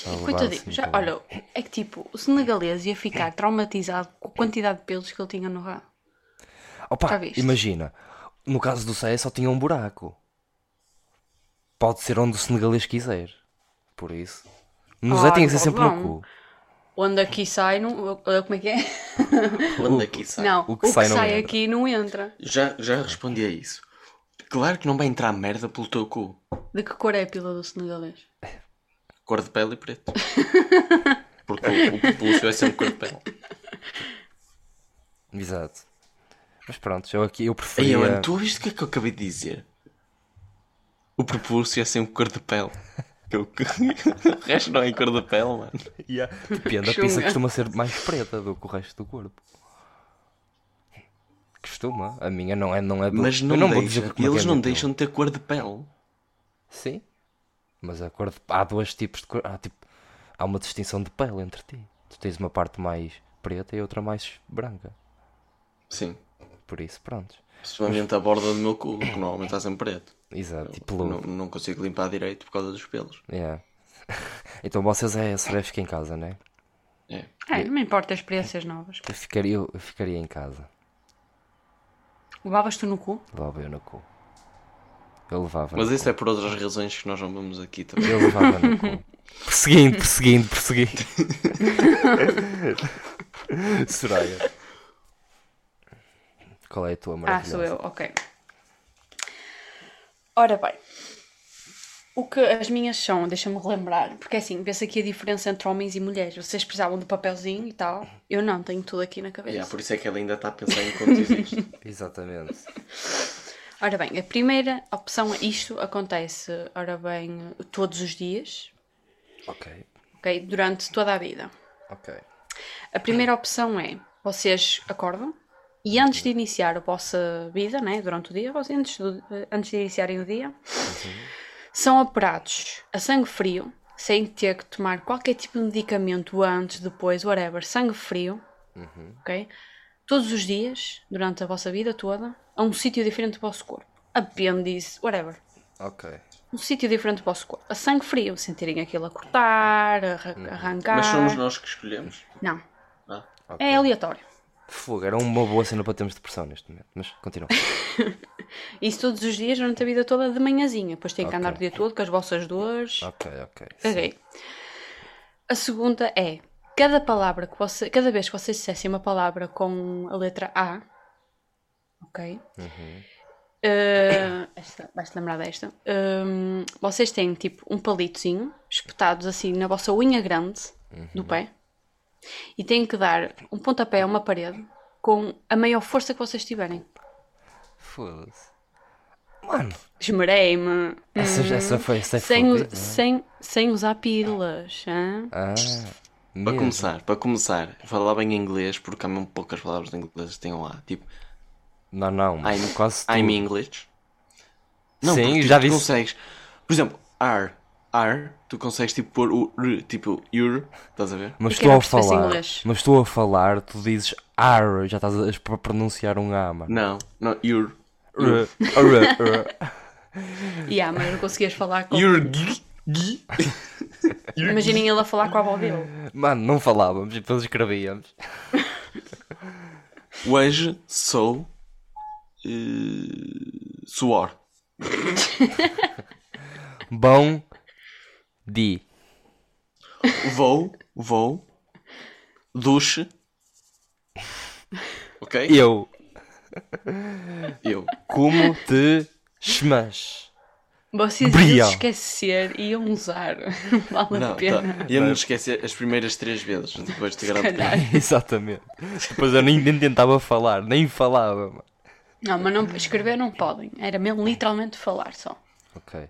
[SPEAKER 2] Ah, levar
[SPEAKER 3] Coitadinho.
[SPEAKER 2] assim,
[SPEAKER 3] Já,
[SPEAKER 2] tá bem.
[SPEAKER 3] olha, é que tipo, o senegalês ia ficar traumatizado com a quantidade de pelos que ele tinha no rabo. Já
[SPEAKER 2] Opa,
[SPEAKER 3] viste?
[SPEAKER 2] imagina. No caso do Saia só tinha um buraco. Pode ser onde o senegalês quiser. Por isso. No Zé
[SPEAKER 3] Ah,
[SPEAKER 2] tinha que ser
[SPEAKER 3] não,
[SPEAKER 2] sempre no
[SPEAKER 3] não.
[SPEAKER 2] cu.
[SPEAKER 3] Onde aqui sai, não. uh, Como é que é?
[SPEAKER 1] Onde aqui sai?
[SPEAKER 3] Não,
[SPEAKER 2] o que sai não entra.
[SPEAKER 3] aqui não entra.
[SPEAKER 1] Já, já respondi a isso. Claro que não vai entrar merda pelo teu cu.
[SPEAKER 3] De que cor é a pila do senegalês?
[SPEAKER 1] Cor de pele e preto. Porque o, o pelúcio é sempre cor de pele.
[SPEAKER 2] Exato. Mas pronto, eu aqui eu
[SPEAKER 1] Aí,
[SPEAKER 2] preferia.
[SPEAKER 1] mano, tu ouviste o que é que eu acabei de dizer? O prepúcio é sempre cor de pele. Que eu- o resto não é cor de pele, mano.
[SPEAKER 2] Depende, a pizza
[SPEAKER 3] Chunga.
[SPEAKER 2] costuma ser mais preta do que o resto do corpo. costuma. A minha não é, não é do...
[SPEAKER 1] Mas
[SPEAKER 2] Eu
[SPEAKER 1] não,
[SPEAKER 2] vou dizer
[SPEAKER 1] deixa.
[SPEAKER 2] como é que
[SPEAKER 1] Eles
[SPEAKER 2] é
[SPEAKER 1] não
[SPEAKER 2] do-
[SPEAKER 1] deixam de ter cor de pele.
[SPEAKER 2] Sim. Mas a cor de... há dois tipos de cor. Há, tipo... há uma distinção de pele entre ti. Tu tens uma parte mais preta e outra mais branca.
[SPEAKER 1] Sim.
[SPEAKER 2] Por isso, pronto.
[SPEAKER 1] Principalmente a borda do meu cu, que normalmente está sempre preto.
[SPEAKER 2] Exato. Tipo
[SPEAKER 1] Não,
[SPEAKER 2] louro.
[SPEAKER 1] não consigo limpar direito por causa dos pelos.
[SPEAKER 2] Yeah. então vocês é cerveja em casa, né?
[SPEAKER 1] É.
[SPEAKER 3] É, não me importa experiências novas.
[SPEAKER 2] Eu ficaria, eu ficaria em casa.
[SPEAKER 3] Levavas tu no cu?
[SPEAKER 2] Levava eu no cu. Eu levava.
[SPEAKER 1] Mas
[SPEAKER 2] no
[SPEAKER 1] isso é por outras razões que nós não vamos aqui também.
[SPEAKER 2] Eu levava no cu. Perseguindo, perseguindo, perseguindo. Soraya. Qual é a tua
[SPEAKER 3] Ah,
[SPEAKER 2] maravilhosa?
[SPEAKER 3] sou eu, ok. Ora bem. O que as minhas são, deixa-me relembrar, porque assim, pensa aqui a diferença entre homens e mulheres. Vocês precisavam do papelzinho e tal. Eu não, tenho tudo aqui na cabeça.
[SPEAKER 1] Yeah, por isso é que ela ainda está a pensar em quanto existe.
[SPEAKER 2] Exatamente.
[SPEAKER 3] Ora bem, a primeira opção é isto acontece, ora bem, todos os dias,
[SPEAKER 2] Ok,
[SPEAKER 3] ok? Durante toda a vida.
[SPEAKER 2] ok.
[SPEAKER 3] A primeira opção é vocês acordam e antes de iniciar a vossa vida, né, durante o dia, vocês antes, do- antes de iniciarem o dia, são operados a sangue frio, sem ter que tomar qualquer tipo de medicamento antes, depois, whatever, sangue frio, ok? Todos os dias, durante a vossa vida toda, a um sítio diferente do vosso corpo. Apêndice, whatever
[SPEAKER 2] Ok.
[SPEAKER 3] um sítio diferente do vosso corpo. A sangue frio, sentirem aquilo a cortar, a arra- arrancar.
[SPEAKER 1] Mas somos nós que escolhemos.
[SPEAKER 3] Não.
[SPEAKER 1] Ah.
[SPEAKER 3] É aleatório.
[SPEAKER 2] Fogo, era uma boa cena para termos depressão neste momento. Mas continua.
[SPEAKER 3] Isso todos os dias, durante a vida toda, de manhãzinha. Depois têm que
[SPEAKER 2] Ok.
[SPEAKER 3] andar o dia todo com as vossas dores.
[SPEAKER 2] Ok, ok.
[SPEAKER 3] Caguei. A segunda é: cada palavra que você, cada vez que vocês dissessem uma palavra com a letra A, ok?
[SPEAKER 2] Uhum.
[SPEAKER 3] Eh, esta, vais-te lembrar desta. Hum, vocês têm tipo um palitozinho espetados assim na vossa unha grande
[SPEAKER 2] Uhum.
[SPEAKER 3] do pé e têm que dar um pontapé a uma parede com a maior força que vocês tiverem.
[SPEAKER 2] Foda-se. Mano,
[SPEAKER 3] Esmerei-me.
[SPEAKER 2] essa, essa foi. Essa
[SPEAKER 3] Hum,
[SPEAKER 2] é
[SPEAKER 3] Sem,
[SPEAKER 2] foi
[SPEAKER 3] u- sem, sem usar pílulas. hã?
[SPEAKER 2] Ah,
[SPEAKER 1] Para
[SPEAKER 2] mesmo.
[SPEAKER 1] começar, para começar, falar bem inglês, porque há mesmo poucas palavras em inglês que tenham lá. Tipo,
[SPEAKER 2] Não, não, mas
[SPEAKER 1] I'm,
[SPEAKER 2] quase tudo.
[SPEAKER 1] I'm English. Não,
[SPEAKER 2] Sim,
[SPEAKER 1] porque, tipo,
[SPEAKER 2] já
[SPEAKER 1] tu
[SPEAKER 2] disse.
[SPEAKER 1] consegues. Por exemplo, R. R, tu consegues tipo pôr o R, tipo your, estás a ver?
[SPEAKER 2] Mas
[SPEAKER 3] Eu
[SPEAKER 2] estou
[SPEAKER 3] quero
[SPEAKER 2] a
[SPEAKER 3] que percebesse
[SPEAKER 2] falar.
[SPEAKER 3] inglês.
[SPEAKER 2] Mas estou a falar, tu dizes ar, já estás a pro- pronunciar um A, mano.
[SPEAKER 1] Não, não, your.
[SPEAKER 2] R, R, R.
[SPEAKER 3] E ah, mas não conseguias falar com.
[SPEAKER 1] Your gui, gui.
[SPEAKER 3] Imaginem ele a falar com a avó dele.
[SPEAKER 2] Mano, não falávamos e depois escrevíamos.
[SPEAKER 1] Hoje sou. eh, suor.
[SPEAKER 2] Bom dia.
[SPEAKER 1] Vou, vou. Duche. Ok?
[SPEAKER 2] Eu
[SPEAKER 1] Eu.
[SPEAKER 2] como te chamas?
[SPEAKER 3] Vocês
[SPEAKER 2] Gabriel.
[SPEAKER 3] iam se esquecer e iam usar. Vale
[SPEAKER 1] Não,
[SPEAKER 3] a
[SPEAKER 1] tá.
[SPEAKER 3] pena.
[SPEAKER 1] Ia-me esquecer as primeiras três vezes. Depois te garanto que
[SPEAKER 3] calhar.
[SPEAKER 2] Exatamente. Depois eu nem, nem tentava falar, nem falava. mano.
[SPEAKER 3] Não, mas não, escrever não podem. Era mesmo literalmente falar só.
[SPEAKER 2] Ok.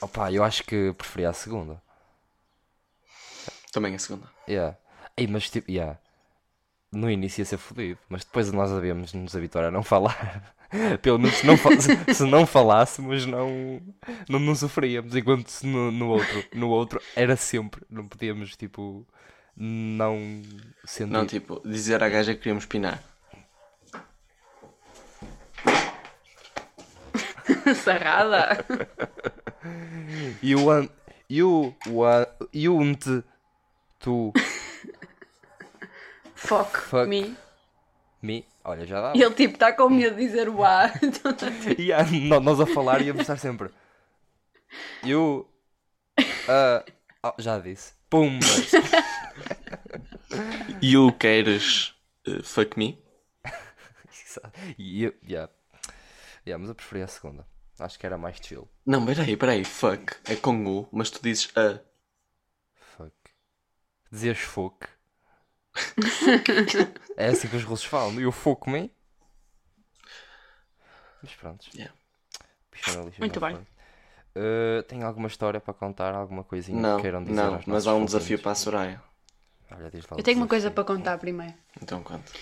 [SPEAKER 2] Opa, eu acho que preferia a segunda.
[SPEAKER 1] também a segunda.
[SPEAKER 2] Yeah. Ei, mas tipo, yeah. No início ia ser fodido, mas depois nós havíamos de nos habituar a não falar. Pelo menos se não, fa- se, se não falássemos, não, não, não sofríamos. Enquanto se no, no outro, no outro era sempre, não podíamos, tipo, não sentir.
[SPEAKER 1] Não, tipo, dizer à gaja que queríamos pinar.
[SPEAKER 3] Sarrada.
[SPEAKER 2] You want, you want, you want to
[SPEAKER 3] Fuck,
[SPEAKER 2] Fuck.
[SPEAKER 3] me.
[SPEAKER 2] me. Olha, já dá.
[SPEAKER 3] E ele tipo está com medo de dizer o A. Então,
[SPEAKER 2] E a- no- nós a falar íamos estar sempre. You. ah, oh, já disse. Pumba!
[SPEAKER 1] E o queres eh, fuck me?
[SPEAKER 2] E eu- yeah. Yeah, mas eu preferi a segunda. Acho que era mais chill.
[SPEAKER 1] Não, peraí, peraí, fuck. É com U, mas tu dizes "Ah, a.
[SPEAKER 2] Fuck. Dizias fuck. é assim que os russos falam. Eu fuck me. Mas pronto.
[SPEAKER 1] Yeah.
[SPEAKER 2] Pichar a lixa
[SPEAKER 3] Muito
[SPEAKER 2] na
[SPEAKER 3] bem.
[SPEAKER 2] frente. Ah, tem alguma história para contar? Alguma coisinha
[SPEAKER 1] Não,
[SPEAKER 2] que queiram dizer?
[SPEAKER 1] não,
[SPEAKER 2] aos
[SPEAKER 1] mas
[SPEAKER 2] nossos
[SPEAKER 1] há um
[SPEAKER 2] ouvintes?
[SPEAKER 1] desafio para a Soraya.
[SPEAKER 2] Olha, diz lá o
[SPEAKER 3] eu tenho uma
[SPEAKER 2] desafio.
[SPEAKER 3] coisa para contar primeiro.
[SPEAKER 1] Então quanto?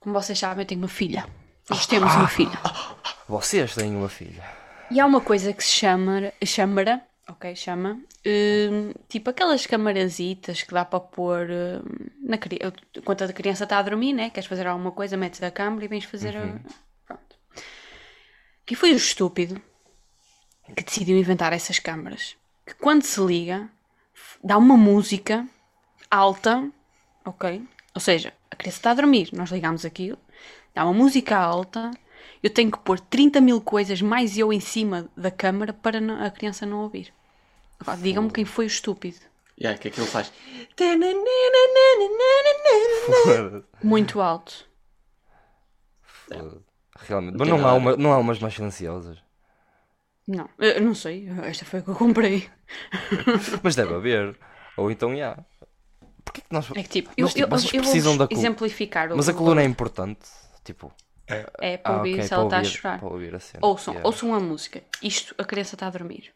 [SPEAKER 3] Como vocês sabem, eu tenho uma filha. Nós temos uma filha.
[SPEAKER 2] Vocês têm uma filha.
[SPEAKER 3] E há uma coisa que se chama. Chamara. Ok, chama. hum, tipo aquelas camarazitas que dá para pôr. hum, na, cri- enquanto a criança está a dormir, né? Queres fazer alguma coisa, metes a câmara e vens fazer. a- Pronto. Que foi o estúpido que decidiu inventar essas câmaras. Que quando se liga, f- dá uma música alta, ok? Ou seja, a criança está a dormir, nós ligamos aquilo, dá uma música alta, eu tenho que pôr 30 mil coisas mais eu em cima da câmara para não- a criança não ouvir. Vá, Digam-me quem foi o estúpido.
[SPEAKER 1] E yeah, que aquilo faz.
[SPEAKER 3] Muito alto.
[SPEAKER 2] Foda-se. Realmente. Mas não há, uma, não há umas mais silenciosas.
[SPEAKER 3] Não, eu não sei, esta foi a que eu comprei.
[SPEAKER 2] Mas deve haver. Ou então, já. Porquê que nós.
[SPEAKER 3] É que tipo, eu,
[SPEAKER 2] Mas, tipo,
[SPEAKER 3] eu-
[SPEAKER 2] vocês
[SPEAKER 3] eu
[SPEAKER 2] precisam
[SPEAKER 3] vou
[SPEAKER 2] da col-
[SPEAKER 3] exemplificar o
[SPEAKER 2] Mas a coluna é importante. Tipo. ah,
[SPEAKER 3] é para ouvir
[SPEAKER 2] ok,
[SPEAKER 3] se ela
[SPEAKER 2] para
[SPEAKER 3] está a
[SPEAKER 2] ouvir-
[SPEAKER 3] chorar.
[SPEAKER 2] Para ouvir a cena.
[SPEAKER 3] Ouçam,
[SPEAKER 2] yeah.
[SPEAKER 3] ouçam a música. Isto, a criança está a dormir.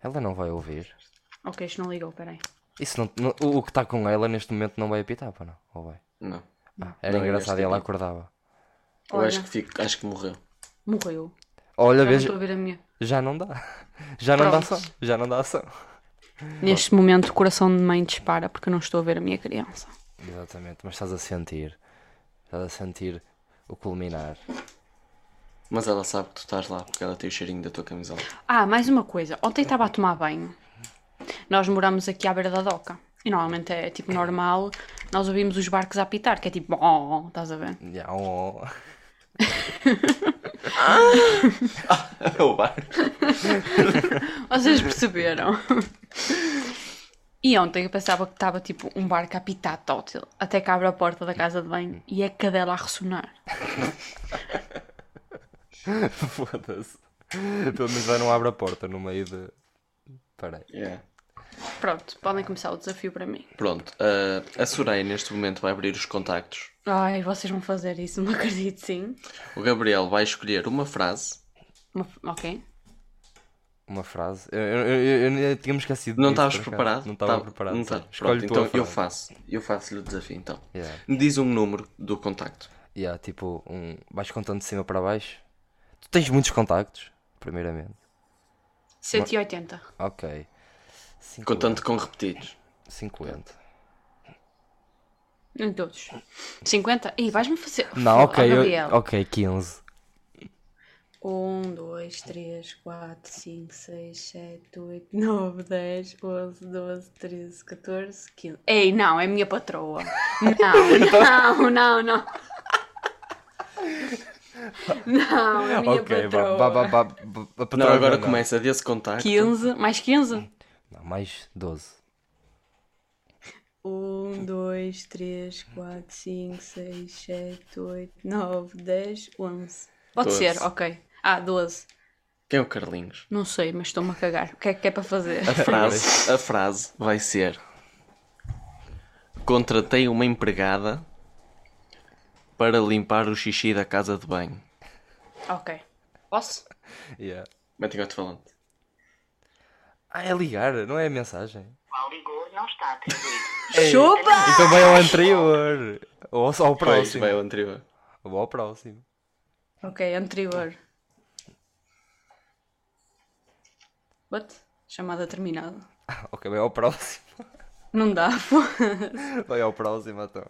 [SPEAKER 2] Ela não vai ouvir.
[SPEAKER 3] Ok, isto não ligou, peraí.
[SPEAKER 2] Isso não, não- o o que está com ela neste momento não vai apitar, pá, não? Ou vai?
[SPEAKER 1] Não.
[SPEAKER 2] Ah, era
[SPEAKER 1] Não,
[SPEAKER 2] engraçado
[SPEAKER 1] este
[SPEAKER 2] e ela
[SPEAKER 3] é
[SPEAKER 1] aqui.
[SPEAKER 2] acordava.
[SPEAKER 1] Eu
[SPEAKER 3] Olha.
[SPEAKER 1] acho que, fico, acho que morreu.
[SPEAKER 3] Morreu.
[SPEAKER 2] Olha,
[SPEAKER 3] Já não
[SPEAKER 2] veja,
[SPEAKER 3] estou a ver a minha.
[SPEAKER 2] já não dá. Já não dá
[SPEAKER 3] Pronto.
[SPEAKER 2] ação. Já não dá ação.
[SPEAKER 3] Neste momento, o coração de mãe dispara porque eu não estou a ver a minha criança.
[SPEAKER 2] Exatamente, mas estás a sentir. Estás a sentir o culminar.
[SPEAKER 1] Mas ela sabe que tu estás lá porque ela tem o cheirinho da tua camisola.
[SPEAKER 3] Ah, mais uma coisa. Ontem estava a tomar banho. Nós moramos aqui à beira da doca. E normalmente é tipo normal, nós ouvimos os barcos a apitar, que é tipo, oh, estás a ver?
[SPEAKER 2] Já, oh.
[SPEAKER 1] É o bar.
[SPEAKER 3] Vocês perceberam? E ontem eu pensava que estava tipo um barco a apitar tótil, até que abre a porta da casa de banho e é a cadela a ressonar.
[SPEAKER 2] Foda-se. Pelo menos já não abre a porta no meio de. Peraí.
[SPEAKER 1] Yeah.
[SPEAKER 3] Pronto, podem começar o desafio para mim.
[SPEAKER 1] Pronto. ah, a Soraya neste momento vai abrir os contactos.
[SPEAKER 3] Ai, vocês vão fazer isso, não acredito sim.
[SPEAKER 1] O Gabriel vai escolher uma frase.
[SPEAKER 3] Uma- ok.
[SPEAKER 2] Uma frase. Eu, eu, eu, eu, eu tinha-me esquecido.
[SPEAKER 1] Não
[SPEAKER 2] disso,
[SPEAKER 1] estavas
[SPEAKER 2] por acaso.
[SPEAKER 1] preparado?
[SPEAKER 2] Não estava
[SPEAKER 1] Tá-
[SPEAKER 2] preparado.
[SPEAKER 1] não
[SPEAKER 2] sim.
[SPEAKER 1] tá.
[SPEAKER 2] Escolhe
[SPEAKER 1] Pronto,
[SPEAKER 2] tu a
[SPEAKER 1] então eu
[SPEAKER 2] frase.
[SPEAKER 1] faço. Eu faço-lhe o desafio então.
[SPEAKER 2] Yeah.
[SPEAKER 1] Diz um número do contacto.
[SPEAKER 2] Yeah, tipo, um... vais contando de cima para baixo. Tu tens muitos contactos, primeiramente.
[SPEAKER 3] 180.
[SPEAKER 2] Ok. Cinqu-
[SPEAKER 1] Contando com repetidos.
[SPEAKER 2] 50.
[SPEAKER 3] Em todos. 50? Ih, vais-me fazer.
[SPEAKER 2] Não, ok,
[SPEAKER 3] Oh,
[SPEAKER 2] eu-
[SPEAKER 3] Gabriel.
[SPEAKER 2] ok, 15.
[SPEAKER 3] 1, 2, 3, 4, 5, 6, 7, 8, 9, 10, 11, 12, 13, 14, 15. Ei, não, é a minha patroa. Não, não, não, não. Não, é a minha
[SPEAKER 2] ok,
[SPEAKER 3] patroa.
[SPEAKER 2] vá, vá, vá, vá, vá, vá,
[SPEAKER 1] Não,
[SPEAKER 2] patroa,
[SPEAKER 1] Então agora
[SPEAKER 2] não.
[SPEAKER 1] começa desse contacto.
[SPEAKER 3] 15, mais 15?
[SPEAKER 2] Não, mais 12.
[SPEAKER 3] 1, 2, 3, 4, 5, 6, 7, 8, 9, 10, 11. Pode
[SPEAKER 1] Doze.
[SPEAKER 3] ser, ok. Ah, 12.
[SPEAKER 1] Quem é o Carlinhos?
[SPEAKER 3] Não sei, mas estou-me a cagar. O que é que é para fazer?
[SPEAKER 1] A frase, a frase vai ser: Contratei uma empregada para limpar o xixi da casa de banho.
[SPEAKER 3] ok. Posso?
[SPEAKER 2] Yeah.
[SPEAKER 1] Metem o falando.
[SPEAKER 2] Ah, é ligar, não é a mensagem.
[SPEAKER 5] qual ligou não está atribuído.
[SPEAKER 3] Chupa!
[SPEAKER 2] Então vai ao anterior. Ou ao- ao
[SPEAKER 1] Pois,
[SPEAKER 2] próximo.
[SPEAKER 1] vai ao anterior.
[SPEAKER 2] Ou ao próximo.
[SPEAKER 3] Ok, é anterior. What? Chamada terminada.
[SPEAKER 2] Ok, vai ao próximo.
[SPEAKER 3] Não dá.
[SPEAKER 2] Vai ao próximo, então.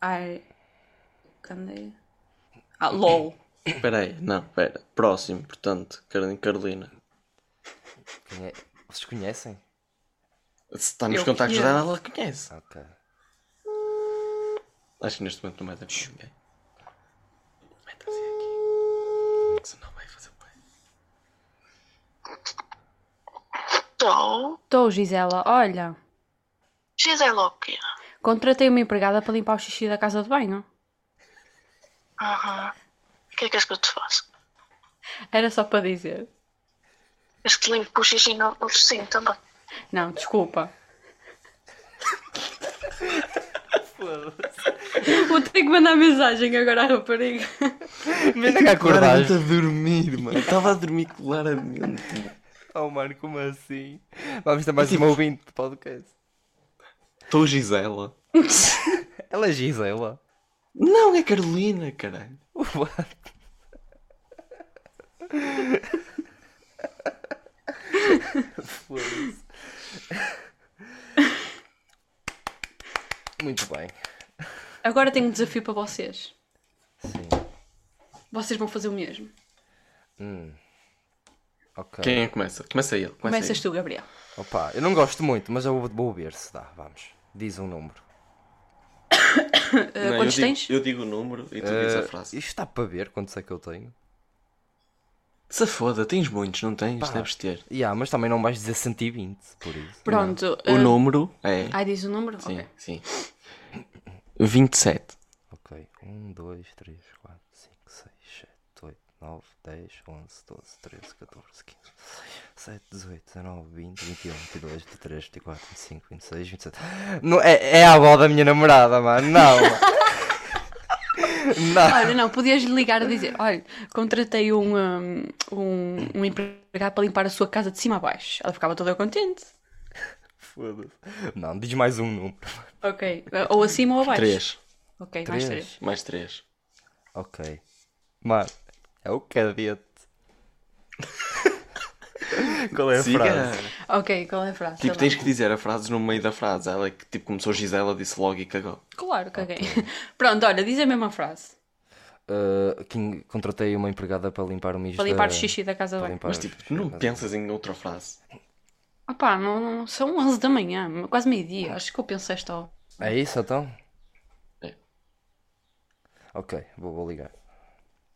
[SPEAKER 3] Ai. Cadê? Ah, LOL.
[SPEAKER 1] Espera aí, não, espera. Próximo, portanto, Carolina- Carolina.
[SPEAKER 2] Quem é? Vocês conhecem?
[SPEAKER 1] Se está nos
[SPEAKER 3] Eu
[SPEAKER 1] contactos
[SPEAKER 3] conheço.
[SPEAKER 1] dela, ela conhece.
[SPEAKER 2] Ok.
[SPEAKER 1] Acho que neste momento não vai ter ninguém. Vai trazer aqui. Que senão vai fazer bem.
[SPEAKER 5] Então, é
[SPEAKER 3] Estou, Gisela. Olha,
[SPEAKER 5] Gisele Lopes.
[SPEAKER 3] contratei uma empregada para limpar o xixi da casa de banho.
[SPEAKER 5] Aham. O que é que és que eu te faço?
[SPEAKER 3] Era só para dizer.
[SPEAKER 5] És que limpo o xixi no no focinho também.
[SPEAKER 3] Não, desculpa. Vou ter que mandar mensagem agora à rapariga.
[SPEAKER 1] é
[SPEAKER 2] Ainda que acordaste.
[SPEAKER 1] dormir, mano. Estava a dormir claramente.
[SPEAKER 2] tipo, um Oh, mano, como assim? Vamos ter mais uma ouvinte do podcast.
[SPEAKER 1] Estou Gisela.
[SPEAKER 2] Ela é Gisela.
[SPEAKER 1] Não, é Carolina, caralho.
[SPEAKER 2] What? Foda-se. Muito bem.
[SPEAKER 3] Agora tenho um desafio para vocês.
[SPEAKER 2] Sim.
[SPEAKER 3] Vocês vão fazer o mesmo.
[SPEAKER 2] Ok.
[SPEAKER 1] Quem é que começa? Começa ele. Começa
[SPEAKER 3] Começas tu, Gabriel.
[SPEAKER 2] Opa, eu não gosto muito, mas eu vou- vou ver se dá. Vamos. Diz um número.
[SPEAKER 1] ele.
[SPEAKER 3] Ah,
[SPEAKER 1] Não,
[SPEAKER 3] quantos
[SPEAKER 1] eu digo,
[SPEAKER 3] tens?
[SPEAKER 1] Eu digo o número e tu dizes a
[SPEAKER 2] Eh,
[SPEAKER 1] frase.
[SPEAKER 2] Isto está para ver quantos é que eu tenho.
[SPEAKER 1] Se foda, tens muitos, não tens?
[SPEAKER 2] Pá.
[SPEAKER 1] Deves ter.
[SPEAKER 2] Yeah, mas também não vais dizer 120, por isso.
[SPEAKER 3] Pronto.
[SPEAKER 1] O
[SPEAKER 3] ah,
[SPEAKER 1] número é.
[SPEAKER 3] Ah, diz o número?
[SPEAKER 1] Sim,
[SPEAKER 3] Ok.
[SPEAKER 1] sim. 27.
[SPEAKER 2] Ok. 1, 2, 3, 4, 5, 6, 7, 8, 9, 10, 11, 12, 13, 14, 15, 17, 18, 19, 20, 21, 22, 23, 24, 25, 26, 27. Não, é, é a avó da minha namorada, mano. Não. não.
[SPEAKER 3] Olha, não, podias lhe ligar a dizer: olha, contratei um, hum, um, um empregado para limpar a sua casa de cima a baixo. Ela ficava toda contente.
[SPEAKER 2] Foda-se. Não, diz mais um número.
[SPEAKER 3] Ok. Ah, Ou acima ou abaixo?
[SPEAKER 1] 3.
[SPEAKER 3] Ok, mais
[SPEAKER 2] Três.
[SPEAKER 3] três.
[SPEAKER 1] Mais 3.
[SPEAKER 2] Ok. Mano, é o cadete. Qual é a frase?
[SPEAKER 3] Ok, qual é a frase?
[SPEAKER 1] Tipo,
[SPEAKER 3] Sei lá.
[SPEAKER 1] tens que dizer a frase no meio da frase. Ela que tipo começou Gisela, disse logo e cagou.
[SPEAKER 3] Claro, caguei. Pronto, olha, diz a mesma frase.
[SPEAKER 2] Uh, que contratei uma empregada para limpar o mijo
[SPEAKER 3] Para
[SPEAKER 1] é
[SPEAKER 3] limpar
[SPEAKER 2] da-
[SPEAKER 3] o xixi da casa
[SPEAKER 2] para
[SPEAKER 3] bem.
[SPEAKER 2] limpar
[SPEAKER 1] Mas
[SPEAKER 2] o
[SPEAKER 1] tipo,
[SPEAKER 2] xixi
[SPEAKER 1] tu não
[SPEAKER 2] da casa.
[SPEAKER 1] pensas em outra frase.
[SPEAKER 3] Ah pá, não, não- são 11 da manhã, quase meio-dia. Acho que eu penso esta hora.
[SPEAKER 2] É isso então?
[SPEAKER 1] É.
[SPEAKER 2] Ok, vou, vou ligar.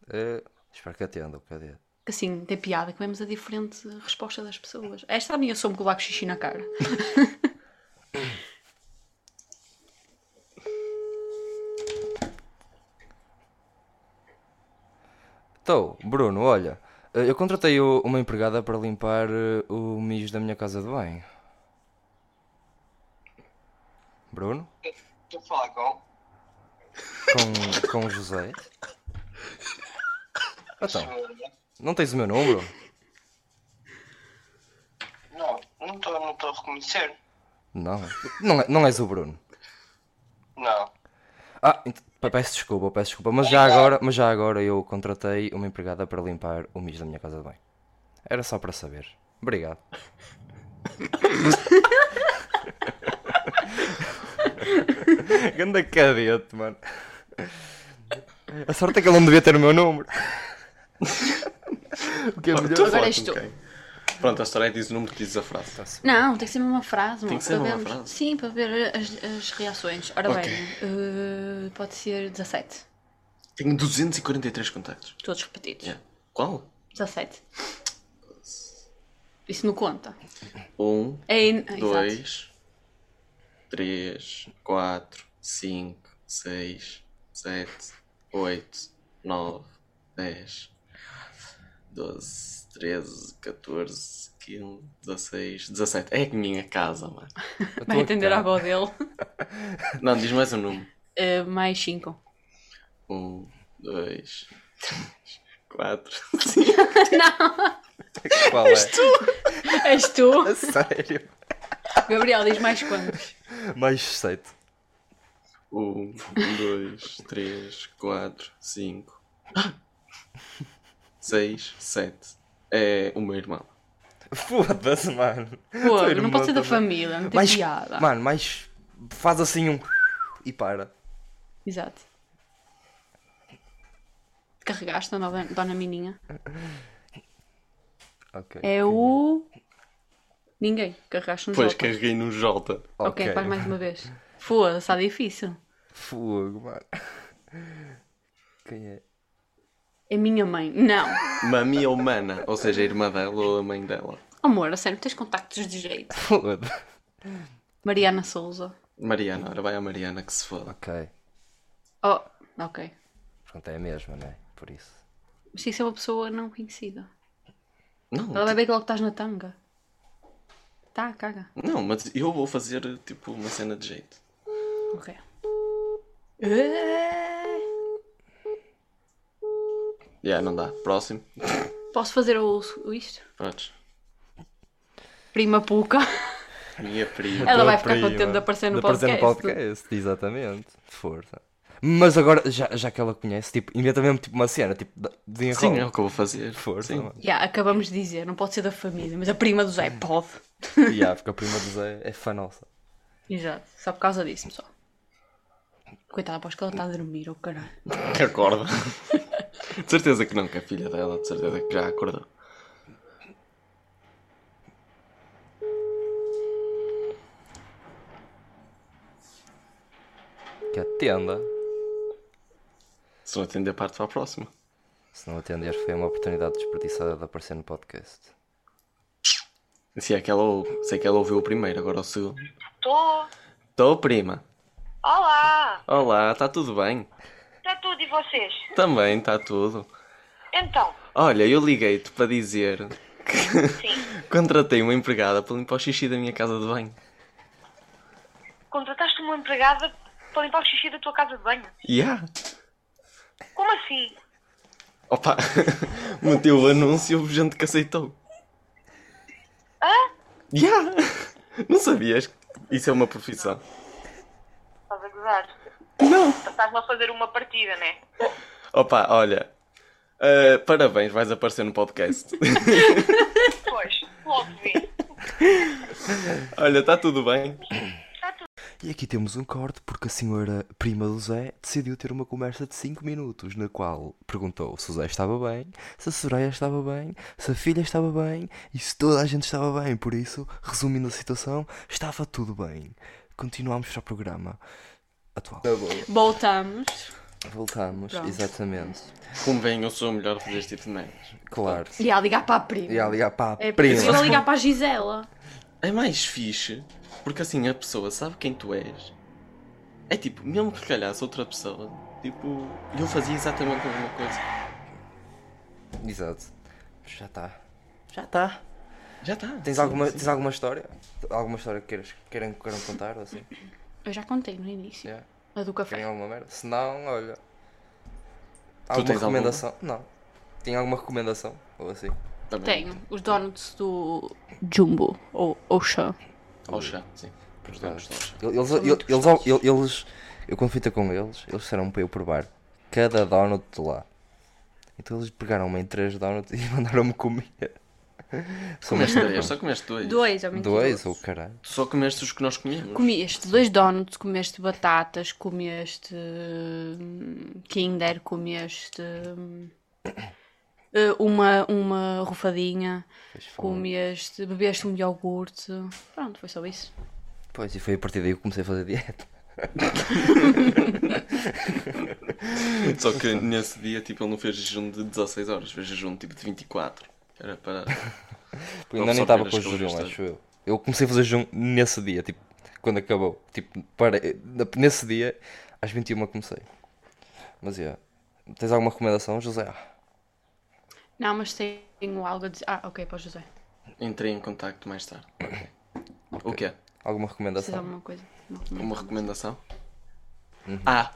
[SPEAKER 2] Uh, espero que atenda o cadete.
[SPEAKER 3] Que assim, tem piada, que vemos a diferente resposta das pessoas. Esta a minha sou-me colar com um xixi na cara.
[SPEAKER 2] Então, Bruno, olha, uh, eu contratei o- uma empregada para limpar uh, o mijo da minha casa de banho. Bruno?
[SPEAKER 6] Estou a falar com.
[SPEAKER 2] Com, com o José? Então,
[SPEAKER 6] Senhora.
[SPEAKER 2] não tens o meu número?
[SPEAKER 6] Não, não estou não estou a reconhecer.
[SPEAKER 2] Não. Não, é- não és o Bruno.
[SPEAKER 6] Não.
[SPEAKER 2] Ah, ent- pe- peço desculpa, peço desculpa, mas já agora, mas já agora eu contratei uma empregada para limpar o mijo da minha casa de banho. Era só para saber. Obrigado. Ganda cadete, mano. A sorte é que ele não devia ter o meu número. O que é melhor?
[SPEAKER 1] Tu
[SPEAKER 3] Agora
[SPEAKER 1] fala
[SPEAKER 3] és
[SPEAKER 1] com
[SPEAKER 3] tu.
[SPEAKER 1] quem? Pronto, a história diz o número que dizes a frase. tá?
[SPEAKER 3] Não, tem que ser a mesma frase,
[SPEAKER 1] Tem
[SPEAKER 3] mano,
[SPEAKER 1] que ser a
[SPEAKER 3] para
[SPEAKER 1] mesma
[SPEAKER 3] vermos-
[SPEAKER 1] frase?
[SPEAKER 3] Sim, para ver as, as reações. Ora
[SPEAKER 1] Ok.
[SPEAKER 3] bem, eh, pode ser 17.
[SPEAKER 1] Tenho 243 contactos.
[SPEAKER 3] Todos repetidos.
[SPEAKER 1] Yeah. Qual?
[SPEAKER 3] 17. Isso não conta.
[SPEAKER 1] Um,
[SPEAKER 3] É in... ah, exato.
[SPEAKER 1] dois, três, quatro, cinco, seis, sete, oito, nove, dez, doze, treze, 14, 15, 16, 17. É a minha casa, mano.
[SPEAKER 3] Vai entender a avó dele.
[SPEAKER 1] Não, diz mais um número.
[SPEAKER 3] Eh, mais 5.
[SPEAKER 1] Um, dois, três, quatro, cinco.
[SPEAKER 2] Qual é?
[SPEAKER 3] És tu?
[SPEAKER 2] A Sério?
[SPEAKER 3] Gabriel, diz mais quantos?
[SPEAKER 2] Mais sete.
[SPEAKER 1] Um, dois, três, quatro, cinco. Seis, sete. É o meu irmão.
[SPEAKER 2] Foda-se, mano.
[SPEAKER 1] Então,
[SPEAKER 3] Pô,
[SPEAKER 2] Teu
[SPEAKER 3] não
[SPEAKER 2] irmão
[SPEAKER 3] pode ser da
[SPEAKER 2] também.
[SPEAKER 3] família, não tem
[SPEAKER 2] Mais,
[SPEAKER 3] piada.
[SPEAKER 2] mano, mais faz assim um e para.
[SPEAKER 3] Exato. Carregaste a dona, dona Mininha.
[SPEAKER 2] Ok.
[SPEAKER 3] É o. Ninguém. Carregaste um
[SPEAKER 1] Depois
[SPEAKER 3] Jota.
[SPEAKER 1] carreguei no Jota.
[SPEAKER 3] Ok, faz mais uma vez. Foda-se, está difícil.
[SPEAKER 2] Fogo, mano. Quem é?
[SPEAKER 3] É minha mãe. Não.
[SPEAKER 1] Mami ou mana, ou seja, a irmã dela ou a mãe dela.
[SPEAKER 3] Amor, a sério, tens contactos de jeito.
[SPEAKER 2] Foda.
[SPEAKER 3] Mariana Souza.
[SPEAKER 1] Mariana, ora vai a Mariana que se foda.
[SPEAKER 2] Ok.
[SPEAKER 3] Oh, ok.
[SPEAKER 2] Pronto, é a mesma, né? Por isso.
[SPEAKER 3] Mas isso é uma pessoa não conhecida.
[SPEAKER 1] Não,
[SPEAKER 3] Ela vai ver que logo estás na tanga. Tá, caga.
[SPEAKER 1] ti- não, mas eu vou fazer tipo uma cena de jeito.
[SPEAKER 3] Ok. Eh,
[SPEAKER 1] Já, não dá. Próximo.
[SPEAKER 3] Posso fazer o, o isto?
[SPEAKER 1] Prontos.
[SPEAKER 3] Prima Puca.
[SPEAKER 1] Minha prima.
[SPEAKER 3] Ela vai ficar
[SPEAKER 2] prima,
[SPEAKER 3] contente de aparecer no
[SPEAKER 2] de aparecer
[SPEAKER 3] podcast.
[SPEAKER 2] podcast, Exatamente. Força. Mas agora, já, já que ela conhece, tipo, inventa mesmo tipo uma cena, tipo, da- desenrola.
[SPEAKER 1] Sim, é o que eu vou fazer.
[SPEAKER 2] Força,
[SPEAKER 1] Sim.
[SPEAKER 2] mano.
[SPEAKER 3] Yeah, acabamos de dizer, não pode ser da família, mas a prima do
[SPEAKER 2] Hum.
[SPEAKER 3] Zé pode.
[SPEAKER 2] E ah, porque a prima do Zé é fã nossa.
[SPEAKER 3] Exato, só por causa disso, pessoal. Coitada, aposto que ela está a dormir, ou caralho.
[SPEAKER 1] Que acorda. de certeza que não, que a filha dela, de certeza que já acordou.
[SPEAKER 2] Que atenda.
[SPEAKER 1] Se não atender, parte para a próxima.
[SPEAKER 2] Se não atender, foi uma oportunidade desperdiçada de aparecer no podcast.
[SPEAKER 1] Se é que ela, ouve- se é que ela ouviu o primeiro, agora o segundo.
[SPEAKER 5] Tô.
[SPEAKER 1] Tô, prima.
[SPEAKER 5] Olá!
[SPEAKER 1] Olá, está tudo bem?
[SPEAKER 5] Está tudo e vocês?
[SPEAKER 1] Também está tudo.
[SPEAKER 5] Então,
[SPEAKER 1] Olha, eu liguei-te para dizer
[SPEAKER 5] sim.
[SPEAKER 1] que contratei uma empregada para limpar o xixi da minha casa de banho.
[SPEAKER 5] Contrataste uma empregada para limpar o xixi da tua casa de banho.
[SPEAKER 1] Yeah.
[SPEAKER 5] Como assim?
[SPEAKER 1] Opa, meteu o anúncio e houve gente que aceitou. Hã? Yeah. Não sabias que isso é uma profissão?
[SPEAKER 5] Estás a gozar?
[SPEAKER 1] Não.
[SPEAKER 5] Estás-me a fazer uma partida, né?
[SPEAKER 1] Opa, olha. ah, parabéns, vais aparecer no podcast.
[SPEAKER 5] Pois, logo vi.
[SPEAKER 1] olha, está tudo bem?
[SPEAKER 2] E aqui temos um corte porque a senhora prima do Zé decidiu ter uma conversa de 5 minutos, na qual perguntou se o Zé estava bem, se a Soraya estava bem, se a filha estava bem e se toda a gente estava bem. Por isso, resumindo a situação, estava tudo bem. Continuamos para o programa atual.
[SPEAKER 3] Voltamos.
[SPEAKER 2] Voltamos,
[SPEAKER 3] Pronto.
[SPEAKER 2] exatamente.
[SPEAKER 1] Como bem, eu sou o melhor a fazer este tipo de merdas.
[SPEAKER 2] Claro.
[SPEAKER 3] E a ligar para a prima.
[SPEAKER 2] E a ligar para a
[SPEAKER 3] É possível
[SPEAKER 2] prima.
[SPEAKER 3] ela ligar para a Gisela.
[SPEAKER 1] É mais fixe, porque assim a pessoa sabe quem tu és. É tipo, mesmo que calhasse outra pessoa, tipo, eu fazia exatamente a mesma coisa.
[SPEAKER 2] Exato. Já está. Já está.
[SPEAKER 1] Já tá, está.
[SPEAKER 2] Tens alguma, tens alguma história? Alguma história que queiras, queiram, queiram contar ou assim?
[SPEAKER 3] Eu já contei no início.
[SPEAKER 2] Yeah.
[SPEAKER 3] A do café.
[SPEAKER 2] Tem alguma merda? Se não, olha. Alguma
[SPEAKER 1] tens
[SPEAKER 2] recomendação? Não. Tem alguma recomendação? Ou assim?
[SPEAKER 1] Também.
[SPEAKER 3] Tenho os donuts do Jumbo ou Ocean.
[SPEAKER 1] Ao chá, sim. Os donos do ao chá.
[SPEAKER 2] Eles,
[SPEAKER 3] São muito
[SPEAKER 2] eles, eles, eles- eles- eu quando fui ter com eles, eles disseram para eu provar cada donut de lá. Então eles pegaram-me em três donuts e mandaram-me comer. Só
[SPEAKER 1] Comeste três, é só comeste dois.
[SPEAKER 3] Dois, ou
[SPEAKER 2] Dois, ou caralho.
[SPEAKER 1] Tu só comeste os que nós comemos.
[SPEAKER 3] Comeste dois donuts, comeste batatas, comeste hum, Kinder, comeste hum, eh, uma, uma rufadinha,
[SPEAKER 2] Pois foi.
[SPEAKER 3] comeste, bebeste um iogurte. Pronto, foi só isso.
[SPEAKER 2] Pois, e foi a partir daí que eu comecei a fazer dieta.
[SPEAKER 1] Só que nesse dia, tipo, ele não fez jejum de 16 horas, fez jejum tipo de 24. Era para.
[SPEAKER 2] Porque ainda
[SPEAKER 1] absorver
[SPEAKER 2] nem estava
[SPEAKER 1] as
[SPEAKER 2] com o jejum,
[SPEAKER 1] calorias,
[SPEAKER 2] acho eu. Eu comecei a fazer jejum nesse dia, tipo, quando é, acabou. Tipo, para, nesse dia, às 21 comecei. Mas é. Tens alguma recomendação, José? Ah,
[SPEAKER 3] Não, mas tenho algo a dizer. Ah, ok, para o José.
[SPEAKER 1] Entrei em contacto mais tarde. Ok. O quê?
[SPEAKER 2] Alguma
[SPEAKER 3] Precisa de
[SPEAKER 2] recomendação?
[SPEAKER 3] alguma coisa? Não, não.
[SPEAKER 1] Uma recomendação?
[SPEAKER 2] Uhum.
[SPEAKER 1] Ah!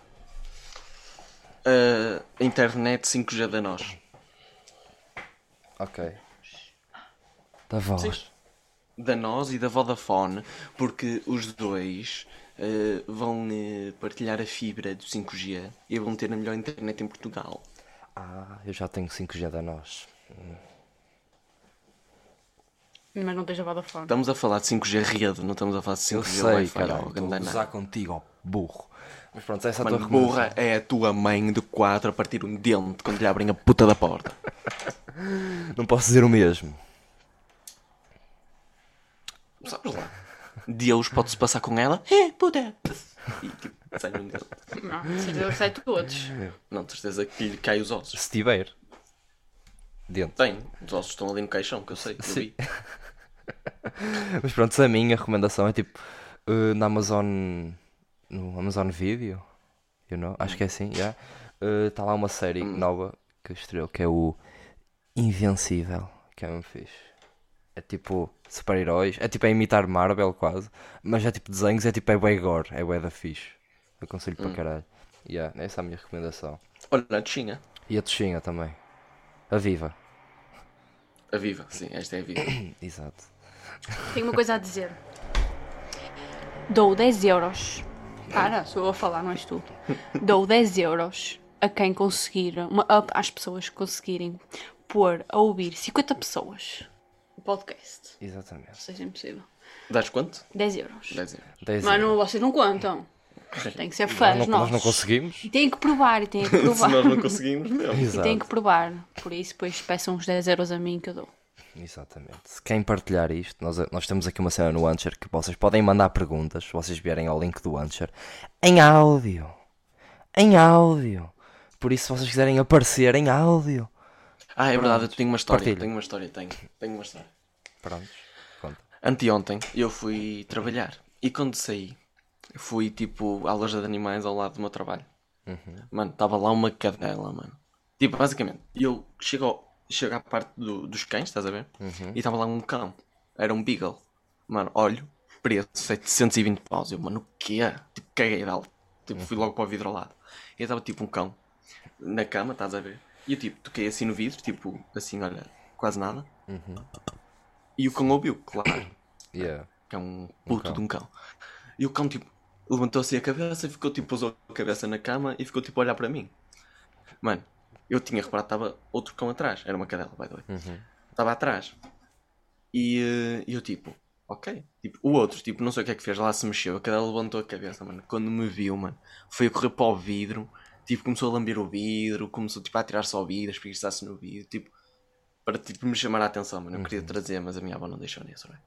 [SPEAKER 1] Ah, internet 5G da nós.
[SPEAKER 2] Ok. Da voz.
[SPEAKER 1] Da nós e da Vodafone, porque os dois ah, vão eh, partilhar a fibra do 5G e vão ter a melhor internet em Portugal.
[SPEAKER 2] Ah, eu já tenho 5G da nós.
[SPEAKER 3] Mas não tens a Vodafone.
[SPEAKER 1] Estamos a falar de 5G rede, não estamos a falar de 5G
[SPEAKER 2] Eu sei,
[SPEAKER 1] Wi-Fi.
[SPEAKER 2] caralho.
[SPEAKER 1] ou
[SPEAKER 2] Estou
[SPEAKER 1] ganda
[SPEAKER 2] a
[SPEAKER 1] nada.
[SPEAKER 2] gozar contigo, ó burro. Mas pronto, essa é a tua
[SPEAKER 1] Mano,
[SPEAKER 2] recomendação.
[SPEAKER 1] burra é a tua mãe de quatro a partir um dente quando lhe abrem a puta da porta.
[SPEAKER 2] Não posso dizer o mesmo.
[SPEAKER 1] Sabes lá? Deus pode-se passar com ela? É, puta! E tipo, sai um dente.
[SPEAKER 3] Não, se Deus sai todos.
[SPEAKER 1] Não, de certeza que lhe cai os ossos.
[SPEAKER 2] Se tiver. Dentro.
[SPEAKER 1] Tem, os ossos estão ali no caixão, que eu sei, que eu vi.
[SPEAKER 2] Mas pronto, se a minha recomendação é tipo eh, na Amazon. No Amazon Video, you know? acho que é assim, já. Está lá uma série nova que estreou que é o Invencível, que é um fixe. É tipo super-heróis, é tipo a imitar Marvel quase, mas é tipo desenhos, é tipo é bué gore, é bué da fixe. Aconselho para caralho. Yeah, essa é a minha recomendação.
[SPEAKER 1] Olha, a Tchinha.
[SPEAKER 2] E a Tuxinha também. A Viva,
[SPEAKER 1] A viva, sim, esta é a viva.
[SPEAKER 2] exato.
[SPEAKER 3] Tenho uma coisa a dizer. Dou 10 euros. Para, sou eu a falar, não és tu. Dou 10 euros a quem conseguir, uma, a- às pessoas que conseguirem pôr a ouvir 50 pessoas o podcast.
[SPEAKER 7] Exatamente.
[SPEAKER 3] Seja é impossível.
[SPEAKER 1] Dás quanto?
[SPEAKER 3] 10 euros.
[SPEAKER 1] 10 euros.
[SPEAKER 7] 10
[SPEAKER 3] Mas
[SPEAKER 7] euros.
[SPEAKER 3] não, vocês não contam. Tem que ser
[SPEAKER 7] Nós
[SPEAKER 3] fãs
[SPEAKER 7] não, nós
[SPEAKER 3] nossos.
[SPEAKER 7] não conseguimos.
[SPEAKER 3] E têm que provar, e têm que
[SPEAKER 1] Se nós
[SPEAKER 3] provar.
[SPEAKER 1] não conseguimos, mesmo.
[SPEAKER 3] E
[SPEAKER 7] Exato.
[SPEAKER 3] têm que provar. Por isso, depois peçam uns 10 euros a mim que eu dou.
[SPEAKER 7] Exatamente. Se quem partilhar isto, nós, nós temos aqui uma cena no Anchor que vocês podem mandar perguntas, se vocês vierem ao link do Anchor, em áudio. Em áudio. Por isso, se vocês quiserem aparecer em áudio.
[SPEAKER 1] Ah, é verdade, eu tenho uma história.
[SPEAKER 7] Partilha.
[SPEAKER 1] Tenho uma história, tenho. Tenho uma história.
[SPEAKER 7] Prontos. Conta.
[SPEAKER 1] Anteontem eu fui trabalhar e quando saí fui tipo à loja de animais ao lado do meu trabalho.
[SPEAKER 7] Uhum.
[SPEAKER 1] Mano, estava lá uma cadela, mano. Tipo, basicamente, eu chego, ao- chego à parte do- dos cães, estás a ver?
[SPEAKER 7] Uhum.
[SPEAKER 1] E estava lá um cão. Era um beagle. Mano, olho, preço, 720 paus. Eu, mano, o quê? Tipo, caguei dela. Tipo, fui logo para o vidro ao lado. E estava tipo um cão na cama, estás a ver? E eu tipo, toquei assim no vidro, tipo, assim, olha, quase nada. E o cão ouviu, claro
[SPEAKER 7] Yeah.
[SPEAKER 1] que é um puto de um cão. E o cão, tipo, levantou assim a cabeça e ficou, tipo, pousou a cabeça na cama e ficou, tipo, a olhar para mim. Mano, eu tinha reparado, estava outro cão atrás. Era uma cadela, by the way. Estava atrás. E eh, eu, tipo, ok. Tipo, o outro, tipo, não sei o que é que fez lá, se mexeu. A cadela levantou a cabeça, mano. Quando me viu, mano, foi a correr para o vidro. Tipo, começou a lamber o vidro, começou, tipo, a atirar-se ao vidro, a espreguiçar-se no vidro, tipo... Para, tipo, me chamar a atenção, mano. Eu queria trazer, mas a minha avó não deixou nisso, não é?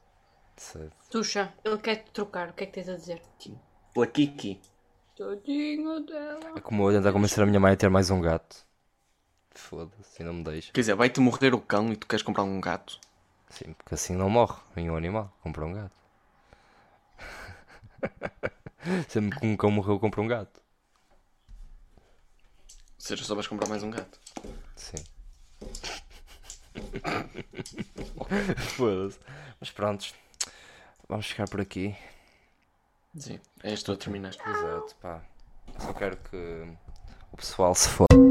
[SPEAKER 7] Certo.
[SPEAKER 3] Tuxa, ele quer te trocar. O que é que tens a dizer?
[SPEAKER 1] Pela Kiki.
[SPEAKER 3] Tadinho dela.
[SPEAKER 7] É como eu tentar convencer a minha mãe a ter mais um gato. Foda-se, assim não me deixa.
[SPEAKER 1] Quer dizer, vai-te morrer o cão e tu queres comprar um gato.
[SPEAKER 7] Sim, porque assim não morre nenhum animal. Compra um gato. Sempre que um cão morreu, compra um gato.
[SPEAKER 1] Ou seja, só vais comprar mais um gato.
[SPEAKER 7] Sim. Foda-se. Mas prontos. Vamos ficar por aqui.
[SPEAKER 1] Sim, é isto a terminar.
[SPEAKER 7] Exato, pá. Só quero que o pessoal se foda.